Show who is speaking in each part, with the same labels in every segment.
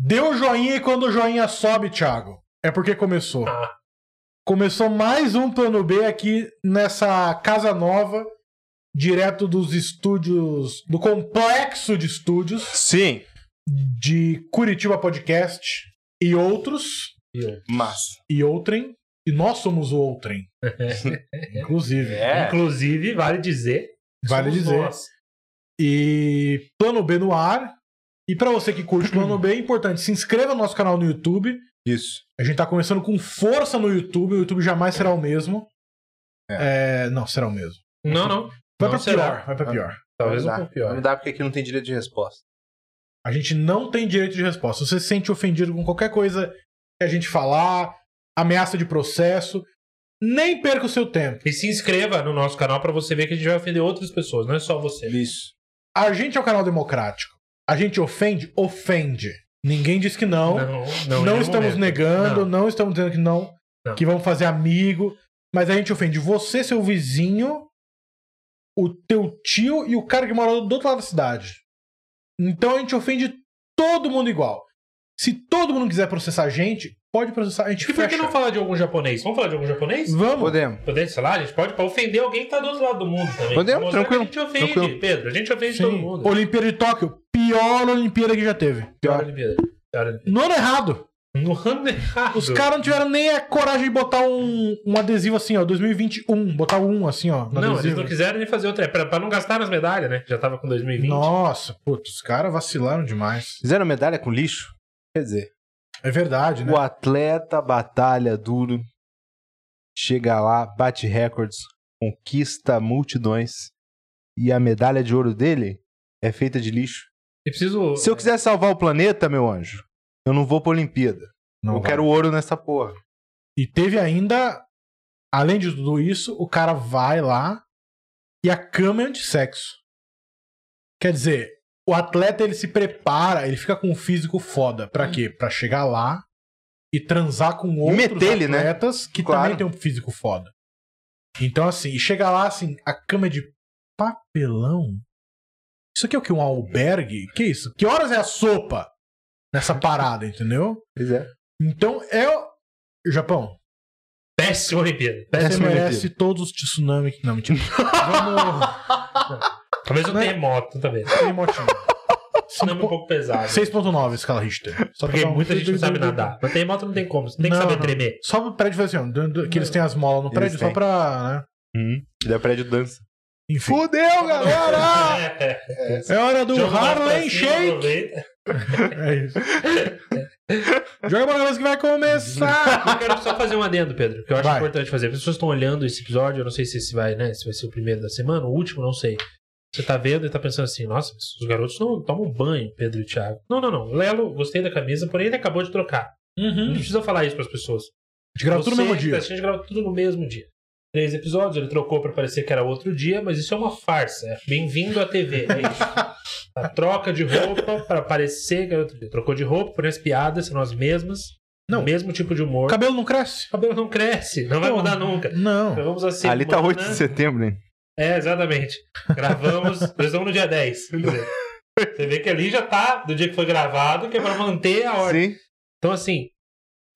Speaker 1: Dê o joinha e quando o joinha sobe, Thiago, é porque começou.
Speaker 2: Ah.
Speaker 1: Começou mais um plano B aqui nessa casa nova, direto dos estúdios, do complexo de estúdios
Speaker 3: Sim.
Speaker 1: de Curitiba Podcast e outros,
Speaker 3: Massa.
Speaker 1: e outrem, e nós somos o outrem, inclusive.
Speaker 3: É.
Speaker 2: Inclusive, vale dizer. que
Speaker 1: Vale
Speaker 2: somos
Speaker 1: dizer.
Speaker 2: nós.
Speaker 1: E plano B no ar. E pra você que curte o plano B, é importante, se inscreva no nosso canal no YouTube.
Speaker 3: Isso.
Speaker 1: A gente tá começando com força no YouTube, o YouTube jamais será o mesmo. É, não, será o mesmo.
Speaker 2: Não, não.
Speaker 1: Vai
Speaker 2: Não
Speaker 1: pra
Speaker 2: será. Ah,
Speaker 1: pior, vai pra pior.
Speaker 2: Talvez
Speaker 3: Não dá.
Speaker 2: um pouco pior.
Speaker 3: Não dá porque aqui não tem direito de resposta.
Speaker 1: A gente não tem direito de resposta. Se você se sente ofendido com qualquer coisa que a gente falar, ameaça de processo, nem perca o seu tempo.
Speaker 2: E se inscreva no nosso canal pra você ver que a gente vai ofender outras pessoas, não é só você.
Speaker 3: Isso.
Speaker 1: A gente é um canal democrático. A gente ofende? Ofende. Ninguém diz que não. Não,
Speaker 2: em é nenhum
Speaker 1: estamos
Speaker 2: momento.
Speaker 1: negando,
Speaker 2: Não.
Speaker 1: não. estamos dizendo que não,
Speaker 2: Não.
Speaker 1: que vamos fazer amigo. Mas a gente ofende você, seu vizinho, o teu tio e o cara que mora do outro lado da cidade. Então a gente ofende todo mundo igual. Se todo mundo quiser processar a gente, pode processar. A gente
Speaker 2: E por que
Speaker 1: fecha.
Speaker 2: não falar de algum japonês? Vamos falar de algum japonês?
Speaker 1: Vamos.
Speaker 3: Podemos.
Speaker 2: Podemos, sei lá, a gente pode pra ofender alguém que tá do outro lado do mundo também.
Speaker 3: Podemos,
Speaker 2: Pra mostrar que
Speaker 3: tranquilo,
Speaker 2: A gente ofende,
Speaker 3: tranquilo.
Speaker 2: Pedro. A gente ofende todo
Speaker 1: Sim.
Speaker 2: mundo.
Speaker 1: Olimpíada de Tóquio, pior Olimpíada que já teve.
Speaker 2: Pior Olimpíada. Pior Olimpíada.
Speaker 1: No ano errado.
Speaker 2: No ano errado.
Speaker 1: Os caras não tiveram nem a coragem de botar um, um adesivo assim, ó, 2021, botar um assim, ó, no
Speaker 2: Não, eles
Speaker 1: adesivo.
Speaker 2: não quiseram nem fazer outra. é Pra, pra não gastar nas medalhas, né? Já tava com 2020.
Speaker 1: Nossa, putz, os caras vacilaram demais.
Speaker 3: Fizeram medalha com lixo? Quer dizer,
Speaker 1: É verdade, né?
Speaker 3: o atleta batalha duro, chega lá, bate recordes, conquista multidões e a medalha de ouro dele é feita de lixo.
Speaker 2: Eu preciso.
Speaker 3: Se eu quiser salvar o planeta, meu anjo, eu não vou pra Olimpíada.
Speaker 1: Não
Speaker 3: eu
Speaker 1: vai.
Speaker 3: quero ouro nessa porra.
Speaker 1: E teve ainda, além de tudo isso, o cara vai lá e a cama é antissexo. Quer dizer, o atleta ele se prepara, ele fica com um físico foda.
Speaker 3: Hum.
Speaker 1: Pra quê? Pra chegar lá e transar com outros
Speaker 3: meter ele, né?
Speaker 1: atletas que
Speaker 3: Claro.
Speaker 1: também tem um físico foda. Então, assim, e chega lá, assim, a cama é de papelão. Isso aqui é o que? Um albergue? Que isso? Que horas é a sopa nessa parada, entendeu?
Speaker 3: Pois é.
Speaker 1: Então, é. o- Japão,
Speaker 2: Péssima Olimpíada.
Speaker 1: você
Speaker 2: Péssima Olimpíada.
Speaker 1: merece todos os tsunamis. Não, mentira. Vamos.
Speaker 2: Talvez eu
Speaker 1: Né?
Speaker 2: tenha moto, talvez.
Speaker 1: Tem motinho.
Speaker 2: Tsunami é um pouco pesado.
Speaker 1: 6.9 escala Richter. Só
Speaker 2: Porque
Speaker 1: pra dar um-
Speaker 2: muita gente não sabe nadar. Mas tem moto não tem como. Você tem que
Speaker 1: Não,
Speaker 2: saber
Speaker 1: não.
Speaker 2: tremer.
Speaker 1: Só pro prédio fazer assim, ó, do- do- que eles têm as molas no
Speaker 3: Eles
Speaker 1: prédio só
Speaker 3: têm.
Speaker 1: pra. Né?
Speaker 3: Da Uhum. é prédio dança.
Speaker 1: Enfim.
Speaker 3: Fudeu, galera!
Speaker 2: É.
Speaker 1: É hora do
Speaker 2: Joga mais pra
Speaker 1: Harlem
Speaker 2: cima,
Speaker 1: Shake!
Speaker 2: aproveita.
Speaker 1: É isso. Joga pra galera que vai começar!
Speaker 2: Eu quero só fazer um adendo, Pedro, que eu acho
Speaker 1: Vai.
Speaker 2: importante fazer. As pessoas estão olhando esse episódio, eu não sei se esse vai, né? Se vai ser o primeiro da semana, o último, não sei. Você tá vendo e tá pensando assim, nossa, mas os garotos não tomam banho, Pedro e Thiago. Não, não, não. Lelo, gostei da camisa, porém ele acabou de trocar. Não
Speaker 1: Uhum.
Speaker 2: precisa falar isso pras pessoas.
Speaker 1: A gente grava tudo no
Speaker 2: Você
Speaker 1: mesmo
Speaker 2: que
Speaker 1: dia.
Speaker 2: tá assistindo, grava tudo no mesmo dia. Três episódios, ele trocou pra parecer que era outro dia, mas isso é uma farsa. é Bem-vindo à TV, é isso. A troca de roupa pra parecer que era outro dia. Trocou de roupa, porém as piadas são as mesmas.
Speaker 1: Não.
Speaker 2: Não. Mesmo tipo de
Speaker 1: O
Speaker 2: humor. O
Speaker 1: cabelo não cresce?
Speaker 2: cabelo não cresce, não vai
Speaker 1: Não.
Speaker 2: mudar nunca.
Speaker 1: Não.
Speaker 2: Gravamos a semana...
Speaker 3: Ali tá 8
Speaker 2: né?
Speaker 3: de setembro, hein?
Speaker 2: É, exatamente. Gravamos, nós estamos no dia 10. quer dizer. Você vê que ali já tá, do dia que foi gravado, que é pra manter a ordem.
Speaker 3: Sim.
Speaker 2: Então assim,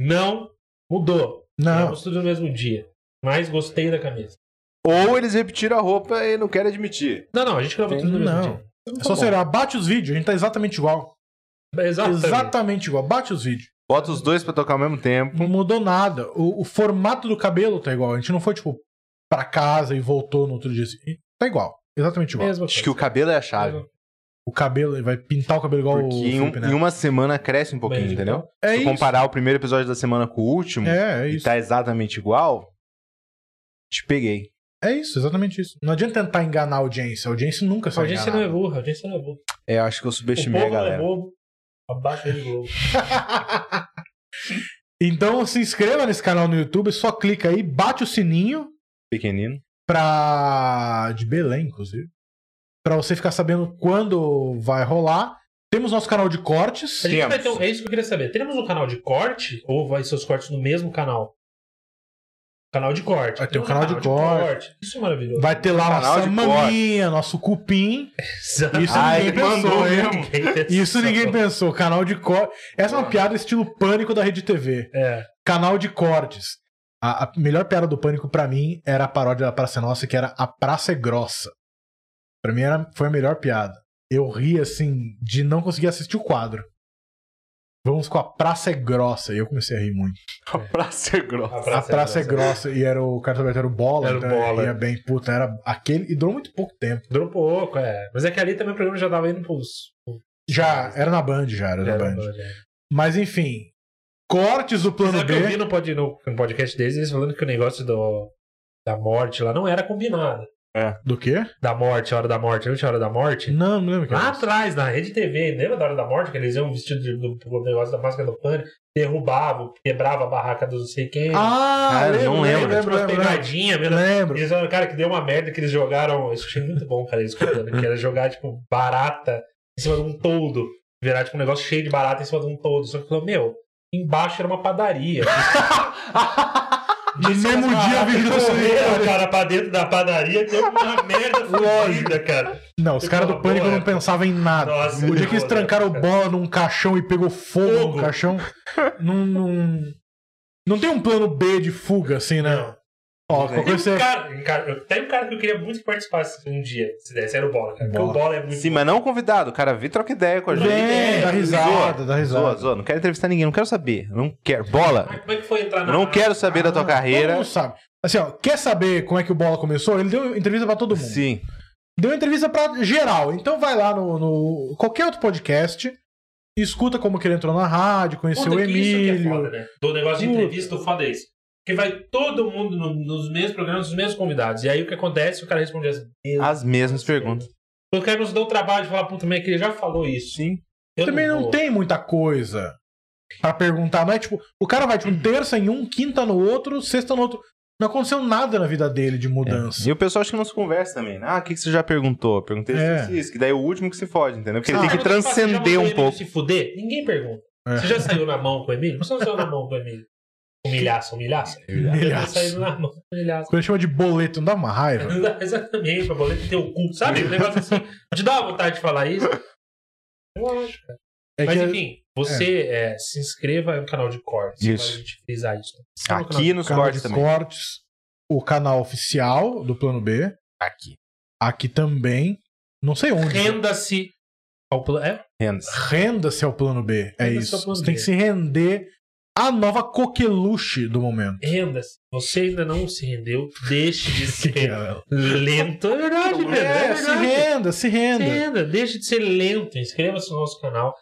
Speaker 2: não mudou.
Speaker 1: Não.
Speaker 2: Gravamos tudo no mesmo dia. Mas gostei da camisa.
Speaker 3: Ou eles repetiram a roupa e não querem admitir.
Speaker 2: Não, não, a gente gravou tudo no mesmo
Speaker 1: Não.
Speaker 2: dia.
Speaker 1: É só será. Bate os vídeos, a gente tá exatamente igual.
Speaker 2: Exatamente.
Speaker 1: Exatamente igual. Bate os vídeos.
Speaker 3: Bota os dois pra tocar ao mesmo tempo.
Speaker 1: Não mudou nada. O, o formato do cabelo tá igual. A gente não foi, tipo, pra casa e voltou no outro dia. assim. Tá igual. Exatamente igual.
Speaker 2: Mesma
Speaker 3: Acho
Speaker 2: coisa.
Speaker 3: que o cabelo é a chave.
Speaker 1: O cabelo, ele vai pintar o cabelo igual
Speaker 3: Porque
Speaker 1: o
Speaker 3: em, um-
Speaker 1: Felipe Neto.
Speaker 3: em uma semana cresce um pouquinho,
Speaker 2: Bem,
Speaker 3: entendeu?
Speaker 1: É
Speaker 3: Se
Speaker 1: isso.
Speaker 3: comparar o primeiro episódio da semana com o último,
Speaker 1: É, é
Speaker 3: e
Speaker 1: isso.
Speaker 3: tá exatamente igual, te peguei.
Speaker 1: É isso, exatamente isso. Não adianta tentar enganar a audiência. A audiência nunca
Speaker 2: A
Speaker 1: sai
Speaker 2: audiência não é
Speaker 1: enganada.
Speaker 2: burra, a audiência não é burra.
Speaker 3: É, eu acho que eu
Speaker 2: O povo
Speaker 3: subestimei a
Speaker 2: não é
Speaker 3: galera.
Speaker 2: bobo. Abaixo de Globo.
Speaker 1: Então se inscreva nesse canal no YouTube, só clica aí, bate o sininho
Speaker 3: Pequenino.
Speaker 1: pra... de Belém, inclusive. Pra você ficar sabendo quando vai rolar. Temos nosso canal de cortes.
Speaker 2: A gente vai
Speaker 3: Temos.
Speaker 2: ter um- é isso que eu queria saber. Teremos um canal de corte? Ou vai ser os cortes no mesmo canal? Canal de corte.
Speaker 1: Vai ter um canal de corte.
Speaker 2: Isso é maravilhoso.
Speaker 1: Vai ter lá
Speaker 3: Canal
Speaker 1: nossa
Speaker 3: de
Speaker 1: maminha, nosso cupim.
Speaker 2: Exato.
Speaker 1: Isso
Speaker 3: Ah,
Speaker 1: ninguém
Speaker 3: ele mandou
Speaker 1: pensou, hein?
Speaker 3: mesmo.
Speaker 1: Isso ninguém pensou. Canal de corte. Essa é uma piada estilo pânico da Rede TV.
Speaker 2: É.
Speaker 1: Canal de cortes. A, a melhor piada do pânico pra mim era a paródia da Praça é Nossa, que era A Praça é Grossa. Pra mim era, foi a melhor piada. Eu ri assim de não conseguir assistir o quadro. Vamos com a Praça é Grossa. E eu comecei a rir muito.
Speaker 3: A praça é grossa.
Speaker 1: a Praça é Grossa. E era o Carlos Alberto era o Bola,
Speaker 2: Era o
Speaker 1: então eu
Speaker 2: Bola.
Speaker 1: ria bem. Puta, era aquele. E durou muito pouco tempo.
Speaker 2: Durou pouco, é. Mas é que ali também o programa já tava indo pros.
Speaker 1: Já, era na Band, já, era, na Band.
Speaker 2: é.
Speaker 1: Mas enfim. Cortes do plano
Speaker 2: Só que eu vi
Speaker 1: B.
Speaker 2: no, pod, no, no podcast deles, eles falando que o negócio do, da morte lá não era combinado.
Speaker 1: Do quê?
Speaker 2: Da morte, a hora da morte, a última hora da morte.
Speaker 1: Não, não lembro. o que é
Speaker 2: Lá
Speaker 1: era.
Speaker 2: atrás, na Rede TV, lembra da hora da morte, que eles iam vestido de- do, do negócio da máscara do pânico, derrubavam, quebrava a barraca do não sei quem. Tipo,
Speaker 1: Ah,
Speaker 3: Cara,
Speaker 1: lembro,
Speaker 3: não lembro.
Speaker 1: Lembro,
Speaker 2: umas
Speaker 1: lembro, lembro.
Speaker 2: pegadinhas, mesmo.
Speaker 1: Lembro.
Speaker 2: Eles falaram, cara, que deu uma merda que eles jogaram. Isso eu achei muito bom, cara, eles contando. que era jogar, tipo, barata em cima de um toldo. Virar, tipo, um negócio cheio de barata em cima de um toldo. Só que falou, meu, embaixo era uma padaria.
Speaker 1: No mesmo dia a Avenida
Speaker 2: correram,
Speaker 1: Solidária.
Speaker 2: cara, pra dentro da padaria. Deu uma merda fodida, cara.
Speaker 1: Não, os caras do
Speaker 2: Uma boa
Speaker 1: pânico não
Speaker 2: época.
Speaker 1: pensavam em nada.
Speaker 2: Nossa,
Speaker 1: o dia que eles
Speaker 2: boa
Speaker 1: trancaram o
Speaker 2: época.
Speaker 1: bola num caixão e pegou fogo,
Speaker 2: Fogo.
Speaker 1: no caixão, não, não. Não tem um plano B de fuga, assim, né?
Speaker 2: Não.
Speaker 1: Ó, qualquer
Speaker 3: Tem
Speaker 2: Tem um,
Speaker 1: coisa você.
Speaker 2: cara, um cara- eu- tem um cara que eu queria muito que participasse um dia, se desse, era o Bola, cara. Porque
Speaker 1: Bola.
Speaker 2: o Bola é muito.
Speaker 3: Sim, mas não convidado. O cara vê, troca ideia com a gente.
Speaker 1: Vem, dá risada, dá
Speaker 3: Zoa,
Speaker 1: risada.
Speaker 3: zoa. Não quero entrevistar ninguém, não quero saber. Não quero. Bola!
Speaker 2: Mas como é que foi entrar na.
Speaker 3: Não quero saber da tua
Speaker 1: Ah, Todo
Speaker 3: carreira.
Speaker 1: mundo sabe. Assim, ó, quer saber como é que o bola começou? Ele deu entrevista pra todo mundo.
Speaker 3: Sim.
Speaker 1: Deu entrevista pra geral. Então vai lá no, no- qualquer outro podcast, escuta como que ele entrou na rádio, conheceu
Speaker 2: Puta,
Speaker 1: o
Speaker 2: que isso que é
Speaker 1: Emílio.
Speaker 2: foda, né? Do negócio de
Speaker 1: Puta.
Speaker 2: entrevista, o foda é isso. Porque vai todo mundo no- nos mesmos programas, nos mesmos convidados. E aí o que acontece? O cara responde assim. "Meu
Speaker 1: Ah.
Speaker 3: As mesmas
Speaker 2: Deus".
Speaker 3: perguntas.
Speaker 2: O cara nos deu o um trabalho de falar, puta, mas é que ele já falou isso.
Speaker 3: Sim.
Speaker 2: Eu
Speaker 1: também não,
Speaker 2: vou.
Speaker 1: tem muita coisa pra perguntar, não é tipo, o cara vai
Speaker 2: Uhum.
Speaker 1: tipo terça em um, quinta no outro, sexta no outro. Não aconteceu nada na vida dele de mudança.
Speaker 2: É,
Speaker 3: E o pessoal acho que não se conversa também. né? Ah, o que, que você já perguntou? Perguntei
Speaker 1: É.
Speaker 3: isso, isso. Que daí é o último que se fode, entendeu? Porque ele
Speaker 1: Ah,
Speaker 3: tem
Speaker 2: Cara,
Speaker 3: que
Speaker 2: você fala, "Você já
Speaker 3: transcender
Speaker 2: mandou
Speaker 3: um
Speaker 2: ele
Speaker 3: pouco.
Speaker 2: Se fuder, ninguém pergunta.
Speaker 1: É.
Speaker 2: Você já saiu na mão com o Emílio? Você não saiu na mão com o Emílio? Humilhaça, humilhaça.
Speaker 1: Humilhaça.
Speaker 2: Você saiu na mão, humilhaça.
Speaker 1: Quando ele chama de boleto, não dá uma raiva.
Speaker 2: Não dá Exatamente, pra boleto ter o cu, sabe? Um negócio assim. Te dá uma vontade de falar isso? Eu acho.
Speaker 1: É
Speaker 2: Mas
Speaker 1: que-
Speaker 2: enfim, você é, se inscreva no canal de cortes.
Speaker 3: Isso.
Speaker 2: Pra gente frisar isso. Se inscreva no canal de
Speaker 3: Aqui nos
Speaker 1: é canal
Speaker 3: cortes
Speaker 1: de
Speaker 3: também.
Speaker 1: cortes, o canal oficial do Plano B,
Speaker 3: Aqui.
Speaker 1: aqui também, não sei onde.
Speaker 2: Renda-se ao plano. É?
Speaker 3: Rendas.
Speaker 1: Renda-se ao Plano B, é
Speaker 2: Renda-se
Speaker 1: isso.
Speaker 2: ao Plano
Speaker 1: Você tem
Speaker 2: B.
Speaker 1: que se render à nova coqueluche do momento.
Speaker 2: Renda-se. Você ainda não se rendeu. Deixe de ser lento. É verdade, velho.
Speaker 1: É, se
Speaker 2: verdade.
Speaker 1: renda, se
Speaker 2: Se
Speaker 1: renda.
Speaker 2: renda. Deixe de ser lento. Inscreva-se no nosso canal.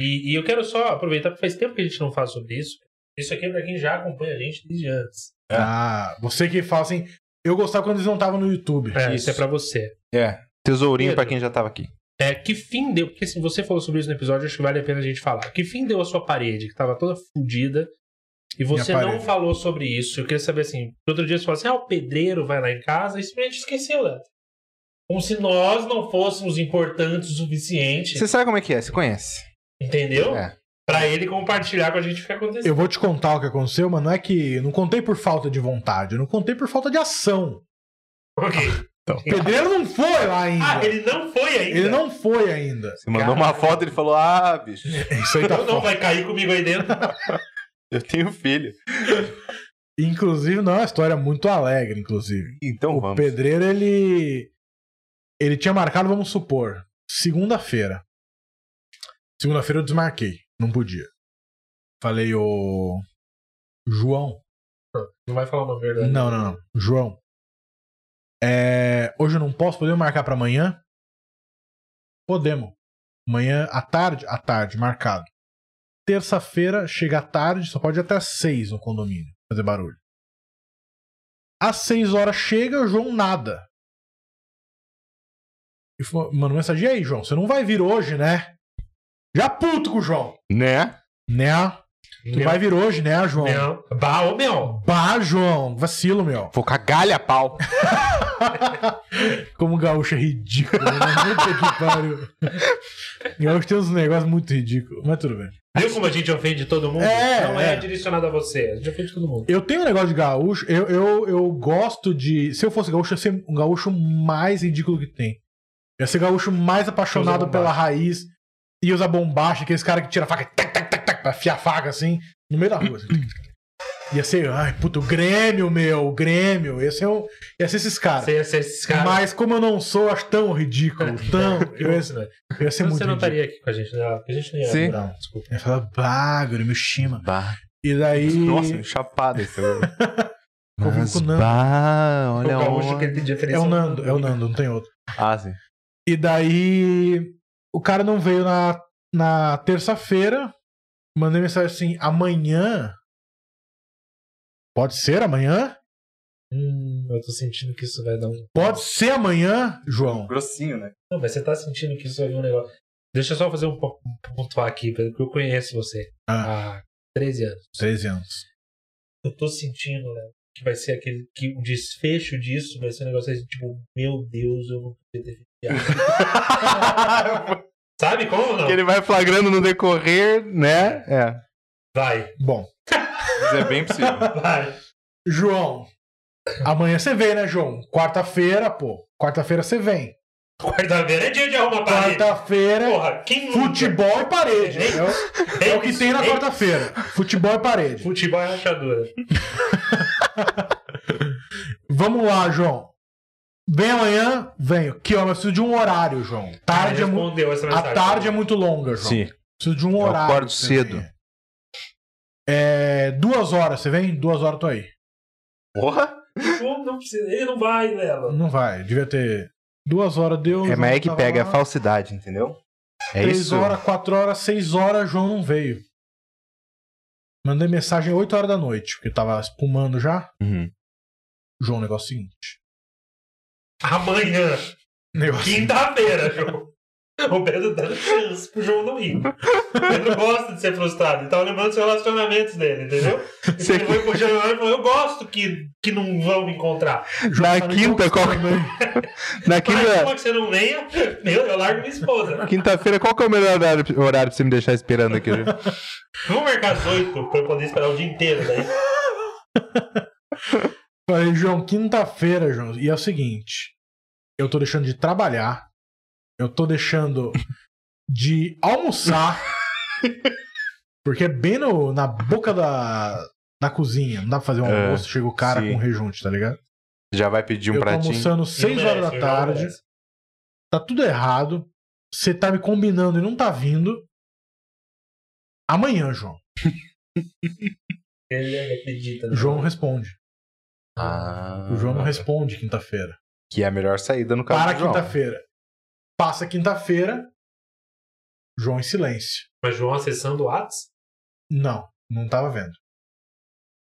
Speaker 2: E, e eu quero só aproveitar, porque faz tempo que a gente não fala sobre isso. Isso aqui é pra quem já acompanha a gente desde antes.
Speaker 3: É.
Speaker 1: Ah, você que fala assim, eu gostava quando eles não estavam no YouTube.
Speaker 2: É, isso
Speaker 3: Isso.
Speaker 2: é pra você.
Speaker 3: É. Tesourinho
Speaker 2: Pedro.
Speaker 3: pra quem já tava aqui.
Speaker 2: É, que fim deu? Porque assim, você falou sobre isso no episódio, acho que vale a pena a gente falar. Que fim deu a sua parede, que tava toda fodida, e você
Speaker 1: Minha
Speaker 2: não
Speaker 1: parede.
Speaker 2: falou sobre isso. Eu queria saber assim, no outro dia você falou assim, ah, o pedreiro vai lá em casa, e simplesmente esqueceu, né? Como se nós não fôssemos importantes o suficiente,
Speaker 3: Você sabe como é que é, você conhece.
Speaker 2: entendeu?
Speaker 3: É.
Speaker 2: Pra ele compartilhar com a gente o que aconteceu.
Speaker 1: Eu vou te contar o que aconteceu, mas não é que. Não contei por falta de vontade, eu não contei por falta de ação.
Speaker 2: Ok.
Speaker 1: O pedreiro não foi lá ainda.
Speaker 2: Ah,
Speaker 1: Ah. ele...
Speaker 2: ele não foi ainda.
Speaker 1: não foi ainda.
Speaker 3: Você mandou uma foto e ele falou: Ah, bicho,
Speaker 1: Isso aí tá
Speaker 2: Então não
Speaker 1: foda.
Speaker 2: vai cair comigo aí dentro.
Speaker 3: eu tenho filho.
Speaker 1: Inclusive, não é uma história muito alegre, inclusive.
Speaker 3: Então
Speaker 1: o
Speaker 3: vamos.
Speaker 1: pedreiro, ele. Ele tinha marcado, vamos supor, segunda-feira. Segunda-feira eu desmarquei. Não podia. Falei, ô. João.
Speaker 2: Não vai falar uma verdade.
Speaker 1: Não, não, não. João. É, hoje eu não posso, podemos marcar pra amanhã? Podemos. Amanhã à tarde? À tarde, marcado. Terça-feira, chega à tarde, só pode ir até às seis no condomínio fazer barulho. Às seis horas chega, o João nada. E fa- manda mensagem, e aí, João? Você não vai vir hoje, né? Já puto com o João.
Speaker 3: Né?
Speaker 1: Né? Tu
Speaker 2: Meu,
Speaker 1: vai vir hoje, né, João?
Speaker 2: meu. Bah, ô meu.
Speaker 1: Bah, João. Vacilo, meu.
Speaker 3: Vou cagalha pau.
Speaker 1: Como gaúcho é ridículo, né? Puta que pariu. Gaúcho tem uns negócios muito ridículos, mas tudo bem.
Speaker 2: Viu como a gente ofende todo mundo?
Speaker 1: É,
Speaker 2: não é,
Speaker 1: é.
Speaker 2: direcionado a você. A gente ofende todo mundo.
Speaker 1: Eu tenho um negócio de gaúcho, eu, eu, eu gosto de. Se eu fosse gaúcho, eu ia ser um gaúcho mais ridículo que tem. Eu ia ser gaúcho mais apaixonado
Speaker 2: Usa
Speaker 1: pela raiz e usa bombacha, aqueles caras que tira a faca tac, tac, tac, tac, pra afiar a faca assim, no meio da rua. assim, tac, tac, tac. ia ser, ai, puto, Grêmio, meu, Grêmio. Ia ser, o- ia ser esses caras.
Speaker 2: Você ia ser esses caras.
Speaker 1: Mas como eu não sou, eu acho tão ridículo, tão.
Speaker 2: Que
Speaker 1: Eu ia,
Speaker 2: bom, né?
Speaker 1: eu ia ser
Speaker 2: Então
Speaker 1: muito
Speaker 2: você
Speaker 1: ridículo.
Speaker 2: não estaria aqui com a gente, né? Porque a gente não ia
Speaker 3: Sim.
Speaker 2: lembrar, desculpa.
Speaker 1: Eu ia falar, bah, Grêmio, Shima.
Speaker 3: Bah.
Speaker 1: E daí.
Speaker 3: Nossa, um chapado esse. Mas,
Speaker 1: com o Nando.
Speaker 3: bah,
Speaker 2: O
Speaker 3: olha
Speaker 2: gaúcho que
Speaker 3: onde.
Speaker 2: ele tem diferença.
Speaker 1: É o Nando, é o Nando, não tem outro.
Speaker 3: Ah, sim.
Speaker 1: E daí o cara não veio na, na terça-feira. Mandei mensagem assim: amanhã. Pode ser amanhã?
Speaker 2: Hum, eu tô sentindo que isso vai dar um.
Speaker 1: Pode ser amanhã, João.
Speaker 3: Grossinho, né?
Speaker 2: Não, mas você tá sentindo que isso vai vir um negócio. Deixa eu só fazer um po- um pontuar aqui, Pedro, porque eu conheço você
Speaker 1: Ah.
Speaker 2: há 13 anos.
Speaker 1: 13 anos.
Speaker 2: Eu tô sentindo, né? Que vai ser aquele. Que o desfecho disso vai ser um negócio assim, tipo, meu Deus, eu não podia ter feito piada. Sabe como ou não?
Speaker 3: que ele vai flagrando no decorrer, né? É.
Speaker 2: Vai,
Speaker 1: Bom,
Speaker 3: Mas é bem possível.
Speaker 2: vai.
Speaker 1: João. Amanhã você vem, né, João? Quarta-feira, pô. Quarta-feira você vem.
Speaker 2: Quarta-feira é dia de arrumar parede.
Speaker 1: Quarta-feira, é
Speaker 2: Porra, quem nunca?
Speaker 1: futebol e parede.
Speaker 2: Nem-
Speaker 1: É o- É o que tem na
Speaker 2: Nem-
Speaker 1: quarta-feira. Futebol e parede.
Speaker 2: Futebol é rachadura.
Speaker 1: Vamos lá, João. Vem amanhã? Venho. Que hora? Eu preciso de um horário, João. Tarde é mu-
Speaker 2: respondeu essa mensagem.
Speaker 1: a tarde é muito longa, João.
Speaker 3: Sim.
Speaker 1: Preciso de um
Speaker 3: Eu
Speaker 1: horário.
Speaker 3: acordo
Speaker 1: que você
Speaker 3: cedo.
Speaker 1: venha. É, duas horas, você vem? Duas horas eu tô aí.
Speaker 3: Porra!
Speaker 2: Como não precisa? Ele não vai, né, Lela.
Speaker 1: Não vai, devia ter. Duas horas deu.
Speaker 3: É,
Speaker 1: João
Speaker 3: mas é que
Speaker 1: tava
Speaker 3: pega, é
Speaker 1: lá.
Speaker 3: falsidade, entendeu? É
Speaker 1: Três
Speaker 3: isso.
Speaker 1: horas, quatro horas, seis horas, João não veio. Mandei mensagem 8 horas da noite, porque tava espumando já.
Speaker 3: Uhum.
Speaker 1: João, negócio é o seguinte.
Speaker 2: Amanhã,
Speaker 1: Negócio
Speaker 2: quinta-feira, João. O Pedro dando chance pro João não ir. O Pedro gosta de ser frustrado. Ele tava lembrando dos relacionamentos dele, entendeu? E
Speaker 3: Você-
Speaker 2: Ele foi puxando o olho e falou: Eu gosto que, que não vão me encontrar.
Speaker 3: Na quinta, qual... Na
Speaker 2: Mas
Speaker 3: quinta...
Speaker 2: uma que você não venha, meu, eu largo minha esposa.
Speaker 3: Quinta-feira, qual que é o melhor horário, horário pra você me deixar esperando aqui? Ju?
Speaker 2: Vamos marcar às oito pra eu poder esperar o dia inteiro daí.
Speaker 1: Falei, João, quinta-feira, João. E é o seguinte: eu tô deixando de trabalhar, eu tô deixando de almoçar, porque é bem no, na boca da, da cozinha. Não dá pra fazer um
Speaker 3: É,
Speaker 1: almoço, chega o cara
Speaker 3: sim.
Speaker 1: com rejunte, tá ligado?
Speaker 3: Já vai pedir um
Speaker 1: eu tô
Speaker 3: pratinho?
Speaker 1: almoçando
Speaker 2: Não
Speaker 1: 6
Speaker 2: merece,
Speaker 1: horas da
Speaker 2: eu já não
Speaker 1: tarde,
Speaker 2: mereço.
Speaker 1: tá tudo errado, você tá me combinando e não tá vindo. Amanhã, João.
Speaker 2: Ele acredita. né?
Speaker 1: João responde.
Speaker 3: Ah,
Speaker 1: O João não responde quinta-feira.
Speaker 3: Que é a melhor saída no caso
Speaker 1: para
Speaker 3: do João.
Speaker 1: quinta-feira. Passa quinta-feira, João em silêncio.
Speaker 2: Mas João acessando o Whats?
Speaker 1: Não, não tava vendo.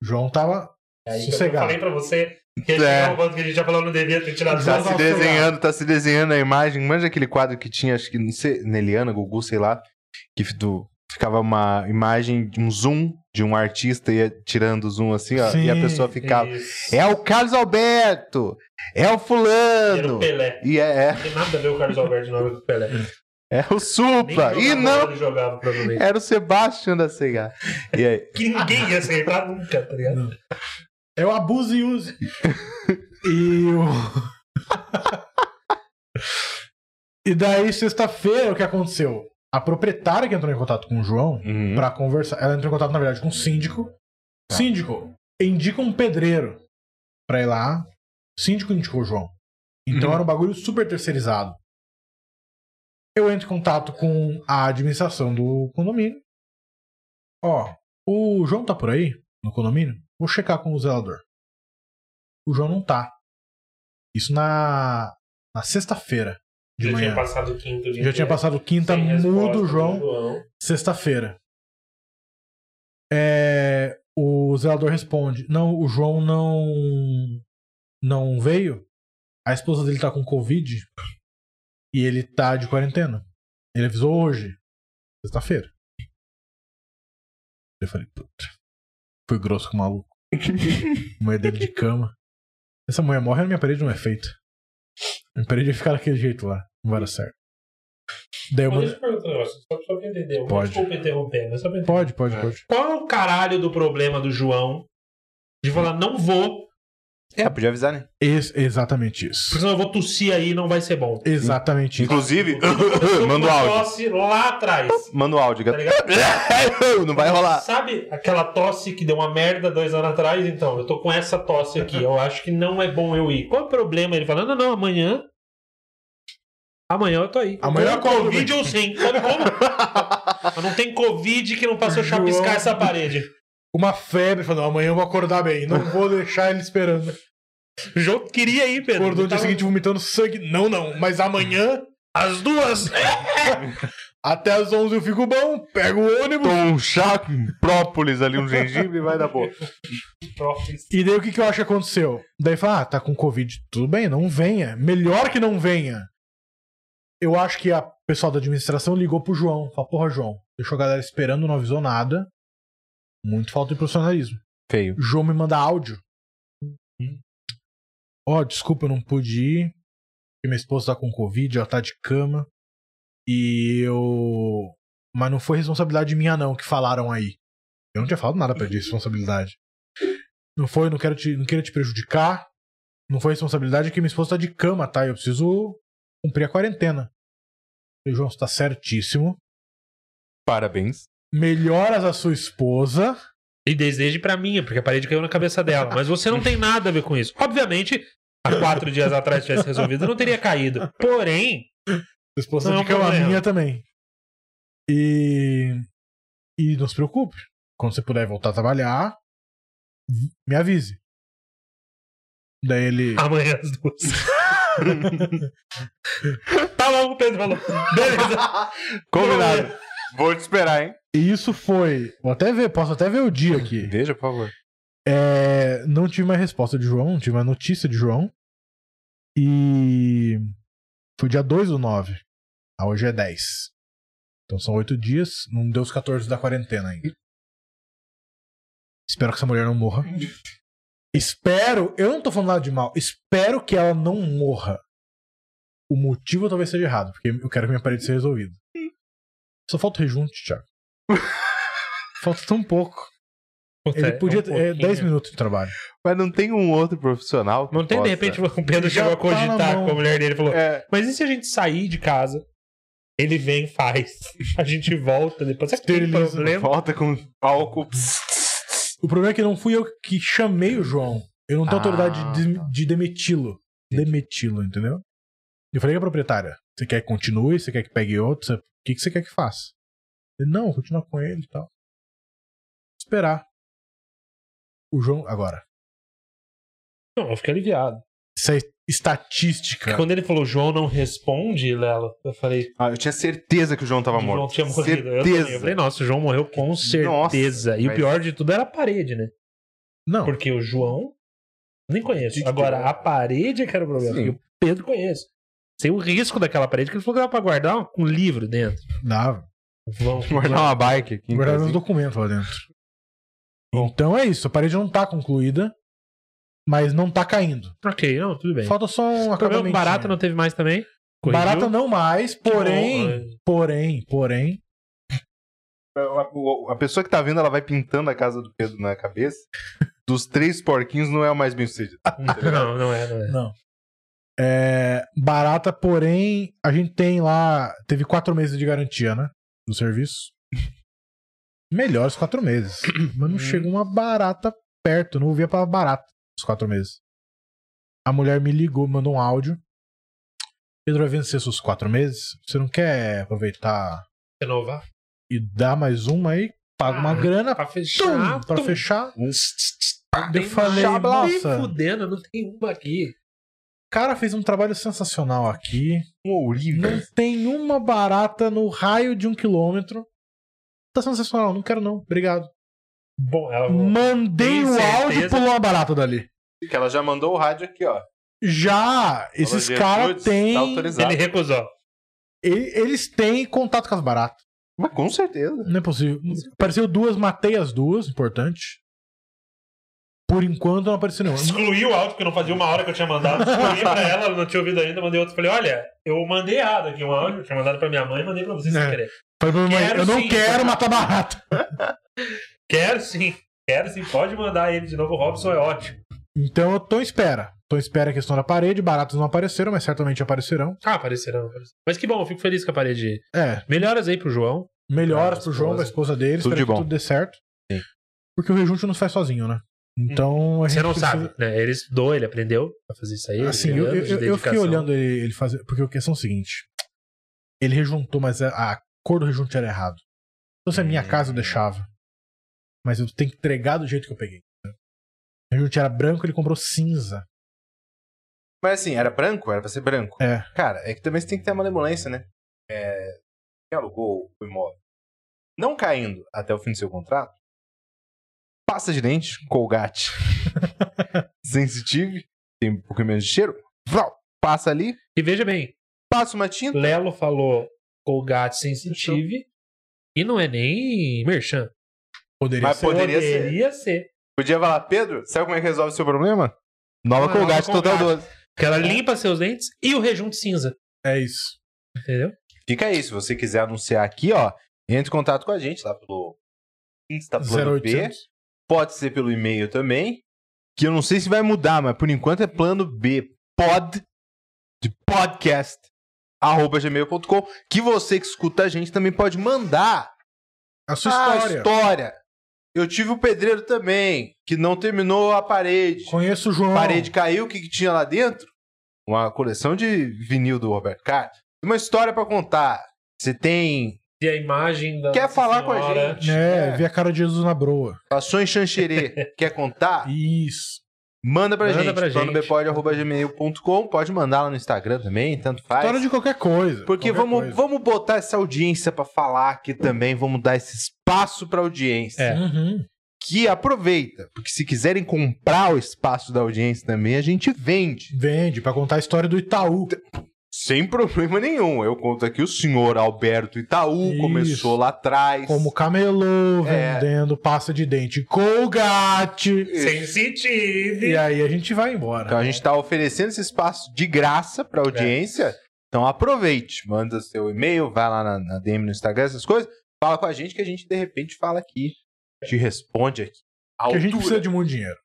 Speaker 1: João tava.
Speaker 2: É aí que Eu
Speaker 1: Sossegado.
Speaker 2: falei pra você que a gente
Speaker 3: É.
Speaker 2: é. que a gente já falou não devia ter tirado
Speaker 1: Exato.
Speaker 3: Tá
Speaker 1: João
Speaker 2: nada.
Speaker 3: se
Speaker 1: vai chegar.
Speaker 3: desenhando, tá se desenhando a imagem. Manja aquele quadro que tinha, acho que não sei, Neliana, Gugu, sei lá, que do- ficava uma imagem, de um zoom de um artista ia tirando o zoom assim, ó, e a
Speaker 1: Sim,
Speaker 3: pessoa ficava.
Speaker 2: Isso.
Speaker 3: É o Carlos Alberto! É o
Speaker 2: Era
Speaker 3: fulano!
Speaker 2: o Pelé.
Speaker 3: E é, é,
Speaker 2: Não tem nada a ver o Carlos Alberto de nome com o Pelé.
Speaker 3: é o
Speaker 2: Nem
Speaker 3: Supla!
Speaker 2: jogava
Speaker 3: E não!
Speaker 2: Ele jogava, provavelmente.
Speaker 3: Era o Sebastião da Sega. E aí?
Speaker 2: Que ninguém ia acertar nunca, tá ligado?
Speaker 1: É o abuso e use. e o. e daí, sexta-feira, o que aconteceu? A proprietária que entrou em contato com o João
Speaker 3: Uhum.
Speaker 1: pra conversar. Ela entrou em contato, na verdade, com o síndico.
Speaker 3: Tá.
Speaker 1: Síndico, indica um pedreiro pra ir lá. Síndico indicou o João. Então
Speaker 3: Uhum.
Speaker 1: era um bagulho super terceirizado. Eu entro em contato com a administração do condomínio. Ó, o João tá por aí no condomínio? Vou checar com o zelador. O João não tá. Isso na, na sexta-feira de
Speaker 2: já
Speaker 1: manhã.
Speaker 2: tinha passado o quinto dia.
Speaker 1: Já tinha passado quinta,
Speaker 2: Sem
Speaker 1: mudo
Speaker 2: resposta
Speaker 1: o
Speaker 2: do
Speaker 1: João. Sexta-feira. É, o zelador responde: Não, o João não. Não veio. A esposa dele tá com Covid. E ele tá de quarentena. Ele avisou hoje. Sexta-feira. Eu falei: Puta. Fui grosso com o maluco. mulher dele de cama. Essa mulher morre, a minha parede não é feita. Minha parede ia ficar daquele jeito lá. Não vai dar certo. Daí eu
Speaker 2: Mas
Speaker 1: mandei...
Speaker 2: deixa eu perguntar um negócio, só, só pra entender.
Speaker 3: Pode.
Speaker 2: Desculpa interromper, mas só pra entender.
Speaker 1: Pode, pode, pode.
Speaker 2: Qual é o caralho do problema do João de falar, não vou,
Speaker 3: É, podia avisar, né?
Speaker 1: Ex- exatamente isso.
Speaker 2: porque senão eu vou tossir aí e não vai ser bom.
Speaker 1: Exatamente isso.
Speaker 3: Inclusive,
Speaker 2: Eu
Speaker 3: manda o áudio.
Speaker 2: tosse lá atrás.
Speaker 3: Manda o áudio.
Speaker 2: Tá ligado?
Speaker 3: Não vai rolar.
Speaker 2: Sabe aquela tosse que deu uma merda dois anos atrás? Então, eu tô com essa tosse aqui. Eu acho que não é bom eu ir. Qual é o problema? Ele fala, não, não, amanhã. Amanhã eu tô aí.
Speaker 1: Amanhã
Speaker 2: com
Speaker 1: eu como,
Speaker 2: Covid ou sem. Sabe como? Mas não tem Covid que não passou
Speaker 1: João.
Speaker 2: chapiscar essa parede.
Speaker 1: Uma febre, falando, amanhã eu vou acordar bem, não vou deixar ele esperando.
Speaker 2: O João queria ir, Pedro.
Speaker 1: Acordou no dia
Speaker 2: Tava-
Speaker 1: seguinte vomitando sangue. Não, não, mas amanhã, às duas. Até às onze eu fico bom, pego o ônibus.
Speaker 3: Toma um chá com própolis ali, um gengibre, vai dar boa.
Speaker 2: Própolis.
Speaker 1: E daí o que, que eu acho que aconteceu? Daí fala, ah, tá com Covid, tudo bem, não venha. Melhor que não venha. Eu acho que a o pessoal da administração ligou pro João. Fala, porra, João, deixou a galera esperando, não avisou nada. Muito falta de profissionalismo.
Speaker 3: Feio.
Speaker 1: João me manda áudio. Ó, desculpa, eu não pude ir. Porque minha esposa tá com Covid, ela tá de cama. E eu. Mas não foi responsabilidade minha, não, que falaram aí. Eu não tinha falado nada pra ele de responsabilidade. Não foi, não quero te, não queria te prejudicar. Não foi responsabilidade é que minha esposa tá de cama, tá? Eu preciso cumprir a quarentena. Eu falei, João, você tá certíssimo.
Speaker 3: Parabéns.
Speaker 1: Melhoras a sua esposa.
Speaker 2: E desejo pra mim, porque a parede caiu na cabeça dela. Mas você não tem nada a ver com isso. Obviamente, há quatro dias atrás tivesse resolvido, não teria caído. Porém,
Speaker 1: Sua esposa
Speaker 2: Não é
Speaker 1: de
Speaker 2: um
Speaker 1: cama
Speaker 2: problema.
Speaker 1: minha também. E. E não se preocupe. Quando você puder voltar a trabalhar, vi- me avise. Daí ele.
Speaker 2: amanhã às duas. tá bom, o Pedro falou. Beleza.
Speaker 3: Combinado. Vou te esperar, hein?
Speaker 1: E isso foi. Vou até ver, posso até ver o dia aqui.
Speaker 3: Veja, por favor.
Speaker 1: É, não tive mais resposta de João, não tive mais notícia de João. E. Foi dia 2 do 9. Ah, hoje é 10. Então são 8 dias. Não deu os 14 da quarentena ainda. Espero que essa mulher não morra. Espero. Eu não tô falando nada de mal. Espero que ela não morra. O motivo talvez seja errado, porque eu quero que minha parede seja resolvida. Só falta o rejunte, Thiago. falta tão pouco. Ele podia
Speaker 2: Um
Speaker 1: ter é, 10
Speaker 2: pouquinho.
Speaker 1: minutos de trabalho.
Speaker 3: Mas não tem um outro profissional. que
Speaker 2: Não tem, de
Speaker 3: possa-
Speaker 2: repente, o Pedro
Speaker 1: Já
Speaker 2: chegou a
Speaker 1: tá na
Speaker 2: cogitar
Speaker 1: mão.
Speaker 2: com a mulher dele e falou:
Speaker 3: É,
Speaker 2: Mas e se a gente sair de casa? Ele vem e faz. A gente volta depois. Será que tem
Speaker 1: Esteriliza.
Speaker 2: problema?
Speaker 3: volta com álcool.
Speaker 1: O problema é que não fui eu que chamei o João. Eu não tenho
Speaker 3: Ah,
Speaker 1: autoridade de, de demiti-lo. Demiti-lo, entendeu? Eu falei com a proprietária: você quer que continue? Você quer que pegue outro? Você- O que, que você quer que faça? Ele, não, vou continuar com ele e tal. Esperar. O João, agora.
Speaker 2: Não, eu fiquei aliviado.
Speaker 1: Isso é estatística.
Speaker 2: Quando ele falou, João não responde, Lela, eu falei,
Speaker 3: Ah, eu tinha certeza que o João tava
Speaker 2: o João
Speaker 3: morto.
Speaker 2: tinha morrido. Eu, também. eu falei,
Speaker 3: Certeza.
Speaker 2: nossa, o João morreu com certeza. e o
Speaker 3: mas-
Speaker 2: pior de tudo era a parede, né?
Speaker 1: Não.
Speaker 2: Porque o João nem conheço.
Speaker 3: Dito,
Speaker 2: Agora,
Speaker 3: né?
Speaker 2: a parede é que era o problema.
Speaker 3: Sim.
Speaker 2: E o Pedro conhece. Tem o risco daquela parede que ele falou que dava pra guardar um livro dentro.
Speaker 1: Dava.
Speaker 2: Vamos.
Speaker 3: Guardar uma bike aqui. em
Speaker 1: Guardava
Speaker 3: casa,
Speaker 1: meus
Speaker 3: hein?
Speaker 1: documentos lá dentro. Então é isso. A parede não tá concluída, mas não tá caindo.
Speaker 2: Ok, não, tudo bem.
Speaker 1: Falta só um
Speaker 2: O problema é que
Speaker 1: acabamento.
Speaker 2: barata não teve mais também. Corrigiu.
Speaker 1: Barata não mais,
Speaker 2: um
Speaker 1: porém,
Speaker 2: Que bom,
Speaker 1: porém, porém,
Speaker 3: Então, A- o- A pessoa que tá vendo, ela vai pintando a casa do Pedro na cabeça. Dos três porquinhos, não é o mais bem sucedido.
Speaker 2: Não, não é, não é.
Speaker 1: não. É, barata, porém, a gente tem lá, teve quatro meses de garantia, né, do serviço. Melhores quatro meses, mas
Speaker 2: Uhum.
Speaker 1: não chegou uma barata perto, não ouvia pra barata os quatro meses. A mulher me ligou, mandou um áudio. Pedro vai vencer seus quatro meses. Você não quer aproveitar
Speaker 2: Renovar.
Speaker 1: e dar mais uma aí? Paga uma
Speaker 2: Ah,
Speaker 1: grana
Speaker 2: Pra
Speaker 1: tum, pra
Speaker 2: fechar. tum. tá
Speaker 1: fechar.
Speaker 2: Nem
Speaker 1: Tá Eu falei,
Speaker 2: chabla- nem
Speaker 1: nossa.
Speaker 2: fudendo, não tem uma aqui.
Speaker 1: cara fez um trabalho sensacional aqui.
Speaker 3: Um
Speaker 1: Não
Speaker 3: ourives.
Speaker 1: tem uma barata no raio de um quilômetro. Tá sensacional, não quero não. Obrigado.
Speaker 2: Tá Bom, ela
Speaker 1: Mandei
Speaker 2: Tem
Speaker 1: o áudio e
Speaker 2: certeza?
Speaker 1: pulou uma barata dali.
Speaker 3: Que ela já mandou o rádio aqui, ó.
Speaker 1: Já esses
Speaker 3: Falou,
Speaker 1: caras
Speaker 3: Gertrudes,
Speaker 1: têm.
Speaker 3: Tá autorizado.
Speaker 2: Ele recusou.
Speaker 1: e- Eles têm contato com as baratas.
Speaker 3: Mas com certeza.
Speaker 1: Não é possível. Apareceu duas, matei as duas, importante. Por enquanto não apareceu nenhum.
Speaker 2: Excluí o áudio, porque não fazia uma hora que eu tinha mandado. Excluí pra ela, ela não tinha ouvido ainda, mandei outro. Falei, olha, eu mandei errado aqui um áudio, eu tinha mandado pra minha mãe, mandei pra vocês
Speaker 1: É.
Speaker 2: sem querer.
Speaker 1: Falei pra minha mãe,
Speaker 2: Quero
Speaker 1: eu não
Speaker 2: sim. então."
Speaker 1: quero matar barata.
Speaker 2: Quero sim, quero sim, pode mandar ele de novo, o Robson é ótimo.
Speaker 1: Então eu tô em espera. Tô em espera a questão da parede. Baratas não apareceram, mas certamente aparecerão.
Speaker 2: Ah, apareceram. apareceram. Mas que bom, eu fico feliz com a parede.
Speaker 1: É,
Speaker 2: Melhoras aí pro João.
Speaker 1: melhoras
Speaker 2: Ah,
Speaker 1: pro João, pra
Speaker 2: esposa.
Speaker 1: esposa dele.
Speaker 3: Tudo
Speaker 1: espero
Speaker 3: de
Speaker 1: que
Speaker 3: bom.
Speaker 1: tudo dê certo.
Speaker 3: Sim.
Speaker 1: Porque o rejunte não se faz sozinho, né? Então a gente
Speaker 2: Você não
Speaker 1: precisa-
Speaker 2: sabe, né? Ele estudou, ele aprendeu a fazer isso aí. ele
Speaker 1: Assim,
Speaker 2: tem
Speaker 1: eu,
Speaker 2: anos
Speaker 1: eu,
Speaker 2: de
Speaker 1: eu- eu fiquei
Speaker 2: dedicação.
Speaker 1: olhando ele, ele fazer. Porque a questão é o seguinte: ele rejuntou, mas a, a cor do rejunte era errado. Então se é minha
Speaker 3: Hum.
Speaker 1: casa eu deixava. Mas eu tenho que entregar do jeito que eu peguei. né? O rejunte era branco, ele comprou cinza.
Speaker 3: Mas assim, era branco? Era pra ser branco.
Speaker 1: É.
Speaker 3: Cara, é que também você tem que ter a malemolência, né? É... Quem alugou o imóvel? Não caindo até o fim do seu contrato, pasta de dente, colgate, sensitive, tem um pouquinho menos de cheiro, vrau, passa ali,
Speaker 2: E veja bem,
Speaker 3: passa uma tinta,
Speaker 2: Lelo falou Colgate Sensitive e não é nem Merchan.
Speaker 1: Poderia
Speaker 3: Mas
Speaker 1: ser.
Speaker 3: Poderia ser.
Speaker 2: Poderia ser.
Speaker 3: podia falar, Pedro, sabe como é que resolve o seu problema? Nova
Speaker 2: Nova
Speaker 3: colgate, total
Speaker 2: Colgate.
Speaker 3: 12.
Speaker 2: Que ela limpa seus dentes e o rejunte cinza.
Speaker 1: É isso.
Speaker 2: Entendeu?
Speaker 3: Fica aí, se você quiser anunciar aqui, ó, entre em contato com a gente lá pelo Insta, Tá plano B.
Speaker 1: 0800.
Speaker 3: Pode ser pelo e-mail também. Que eu não sei se vai mudar, mas por enquanto é plano B. Pod. De podcast. Arroba gmail.com. Que você que escuta a gente também pode mandar
Speaker 1: A sua
Speaker 3: a
Speaker 1: história.
Speaker 3: história. Eu tive o pedreiro também, que não terminou a parede.
Speaker 1: Conheço o João.
Speaker 3: A parede caiu, o que, que tinha lá dentro? Uma coleção de vinil do Robert Carr. Uma história pra contar. Você tem.
Speaker 2: E a imagem da.
Speaker 3: Quer
Speaker 2: Nossa
Speaker 3: falar com a
Speaker 2: Senhora.
Speaker 3: gente?
Speaker 1: É, vi a cara de Jesus na broa.
Speaker 3: Passou em Xanxerê. Quer contar?
Speaker 1: Isso.
Speaker 3: Manda pra
Speaker 2: Manda
Speaker 3: gente.
Speaker 2: pra gente.
Speaker 3: planobpod.gmail.com. Pode mandar lá no Instagram também, tanto faz.
Speaker 1: História de qualquer coisa.
Speaker 3: Porque
Speaker 1: qualquer
Speaker 3: vamos,
Speaker 1: coisa.
Speaker 3: vamos botar essa audiência pra falar aqui também. Vamos dar esse espaço pra audiência.
Speaker 2: É.
Speaker 1: Uhum.
Speaker 3: Que aproveita. Porque se quiserem comprar o espaço da audiência também, a gente vende.
Speaker 1: Vende, pra contar a história do Itaú.
Speaker 3: Sem problema nenhum. Eu conto aqui o senhor Alberto Itaú
Speaker 1: Isso.
Speaker 3: começou lá atrás.
Speaker 1: Como camelô,
Speaker 3: É.
Speaker 1: vendendo pasta de dente Colgate.
Speaker 2: Sensitive.
Speaker 1: E aí a gente vai embora.
Speaker 3: Então a gente tá oferecendo esse espaço de graça
Speaker 1: É.
Speaker 3: pra audiência. Então aproveite, manda seu e-mail, vai lá na, na DM no Instagram, essas coisas, fala com a gente que a gente de repente fala aqui, te responde aqui.
Speaker 1: Porque a
Speaker 3: A tá altura. Ah,
Speaker 1: gente precisa de muito dinheiro.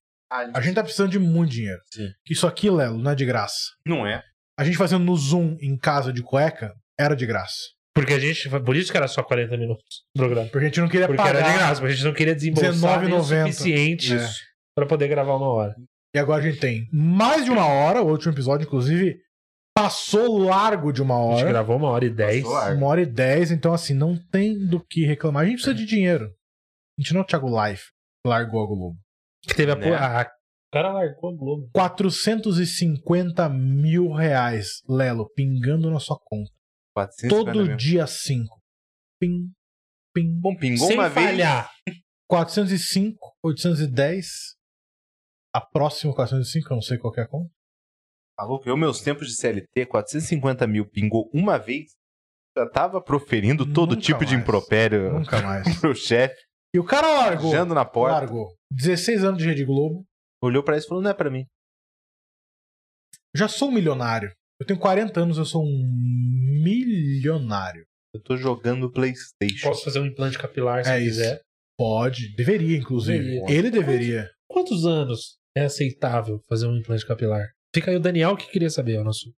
Speaker 1: A gente tá precisando de muito dinheiro.
Speaker 3: Sim.
Speaker 1: Isso aqui, Lelo, não é de graça.
Speaker 3: não é.
Speaker 1: A gente fazendo no Zoom em casa de cueca era de graça.
Speaker 2: Porque a gente. Por isso que era só 40 minutos do programa.
Speaker 1: Porque a gente não queria
Speaker 2: Porque
Speaker 1: pagar.
Speaker 2: era de graça, mas a gente não queria desembolsar nem o
Speaker 1: 19,90.
Speaker 2: suficiente
Speaker 1: É.
Speaker 2: pra poder gravar uma hora.
Speaker 1: E agora a gente tem mais de uma hora. O último episódio, inclusive, passou largo de uma
Speaker 2: A gente
Speaker 1: hora.
Speaker 2: gravou uma hora e dez.
Speaker 3: Passou largo.
Speaker 1: Uma hora e dez. Então, assim, não tem do que reclamar. A gente precisa de dinheiro. A gente não é o Thiago Life. Largou a Globo.
Speaker 2: Que teve a.
Speaker 3: Né?
Speaker 2: a- O cara largou a Globo.
Speaker 1: 450 mil reais, Lelo, pingando na sua conta.
Speaker 3: 450
Speaker 1: Todo
Speaker 3: mesmo.
Speaker 1: dia 5. Pim, pim.
Speaker 3: Bom, pingou
Speaker 2: Sem
Speaker 3: uma vez.
Speaker 2: falhar.
Speaker 1: 405, 810. A próxima 405, eu não sei qual que é a conta.
Speaker 3: Maluco, Tá eu meus tempos de CLT, 450 mil, pingou uma vez. Já tava proferindo todo
Speaker 1: Nunca
Speaker 3: tipo de
Speaker 1: mais.
Speaker 3: impropério
Speaker 1: Nunca mais.
Speaker 3: pro chefe,
Speaker 1: E o cara largou.
Speaker 3: jando na porta.
Speaker 1: Largou. 16 anos de Rede Globo.
Speaker 3: Olhou pra isso e falou: não é pra mim.
Speaker 1: Já sou um milionário. Eu tenho 40 anos, eu sou um milionário.
Speaker 3: Eu tô jogando Playstation.
Speaker 2: Posso fazer um implante capilar se
Speaker 1: É
Speaker 2: eu
Speaker 1: isso.
Speaker 2: quiser.
Speaker 1: Pode, deveria, inclusive.
Speaker 2: Deveria.
Speaker 1: Ele deveria.
Speaker 2: Quantos anos é aceitável fazer um implante capilar? Fica aí o Daniel que queria saber, o nosso.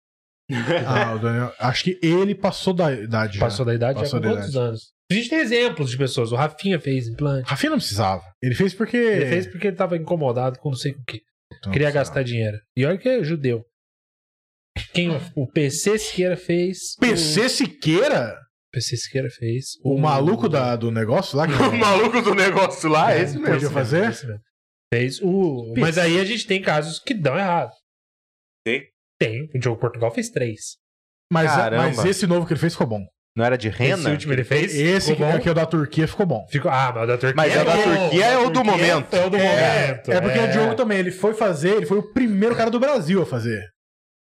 Speaker 1: Ah, o Daniel. Acho que ele passou da idade. já.
Speaker 2: Passou da idade,
Speaker 1: Passou
Speaker 2: já
Speaker 1: da
Speaker 2: com quantos anos? A gente tem exemplos de pessoas. O Rafinha fez implante.
Speaker 1: Rafinha não precisava. Ele fez porque.
Speaker 2: Ele fez porque ele tava incomodado com não sei o que.
Speaker 1: Não
Speaker 2: Queria
Speaker 1: precisava.
Speaker 2: gastar dinheiro. E olha que é judeu. Quem, o- o PC Siqueira fez. O
Speaker 1: PC Siqueira?
Speaker 2: PC Siqueira fez.
Speaker 1: O maluco da, do negócio lá que
Speaker 3: O maluco do negócio lá é
Speaker 1: É,
Speaker 3: esse
Speaker 1: podia
Speaker 3: mesmo.
Speaker 1: fazer?
Speaker 2: Esse mesmo. Fez o. Mas aí a gente tem casos que dão errado.
Speaker 3: Tem?
Speaker 2: Tem. O Diogo Portugal fez três.
Speaker 1: Mas,
Speaker 3: Caramba.
Speaker 1: mas esse novo que ele fez ficou bom.
Speaker 3: Não era de
Speaker 2: Esse
Speaker 3: rena?
Speaker 2: último ele fez.
Speaker 1: Esse que,
Speaker 2: ficou bom.
Speaker 1: que é o da Turquia ficou bom.
Speaker 2: Ficou- Ah, mas o da Turquia.
Speaker 3: Mas o da
Speaker 2: bom.
Speaker 3: Turquia é o do
Speaker 2: Turquia
Speaker 3: momento.
Speaker 2: É o do
Speaker 1: É,
Speaker 2: momento.
Speaker 1: é porque o Diogo também, ele foi fazer, ele foi o primeiro cara do Brasil a fazer.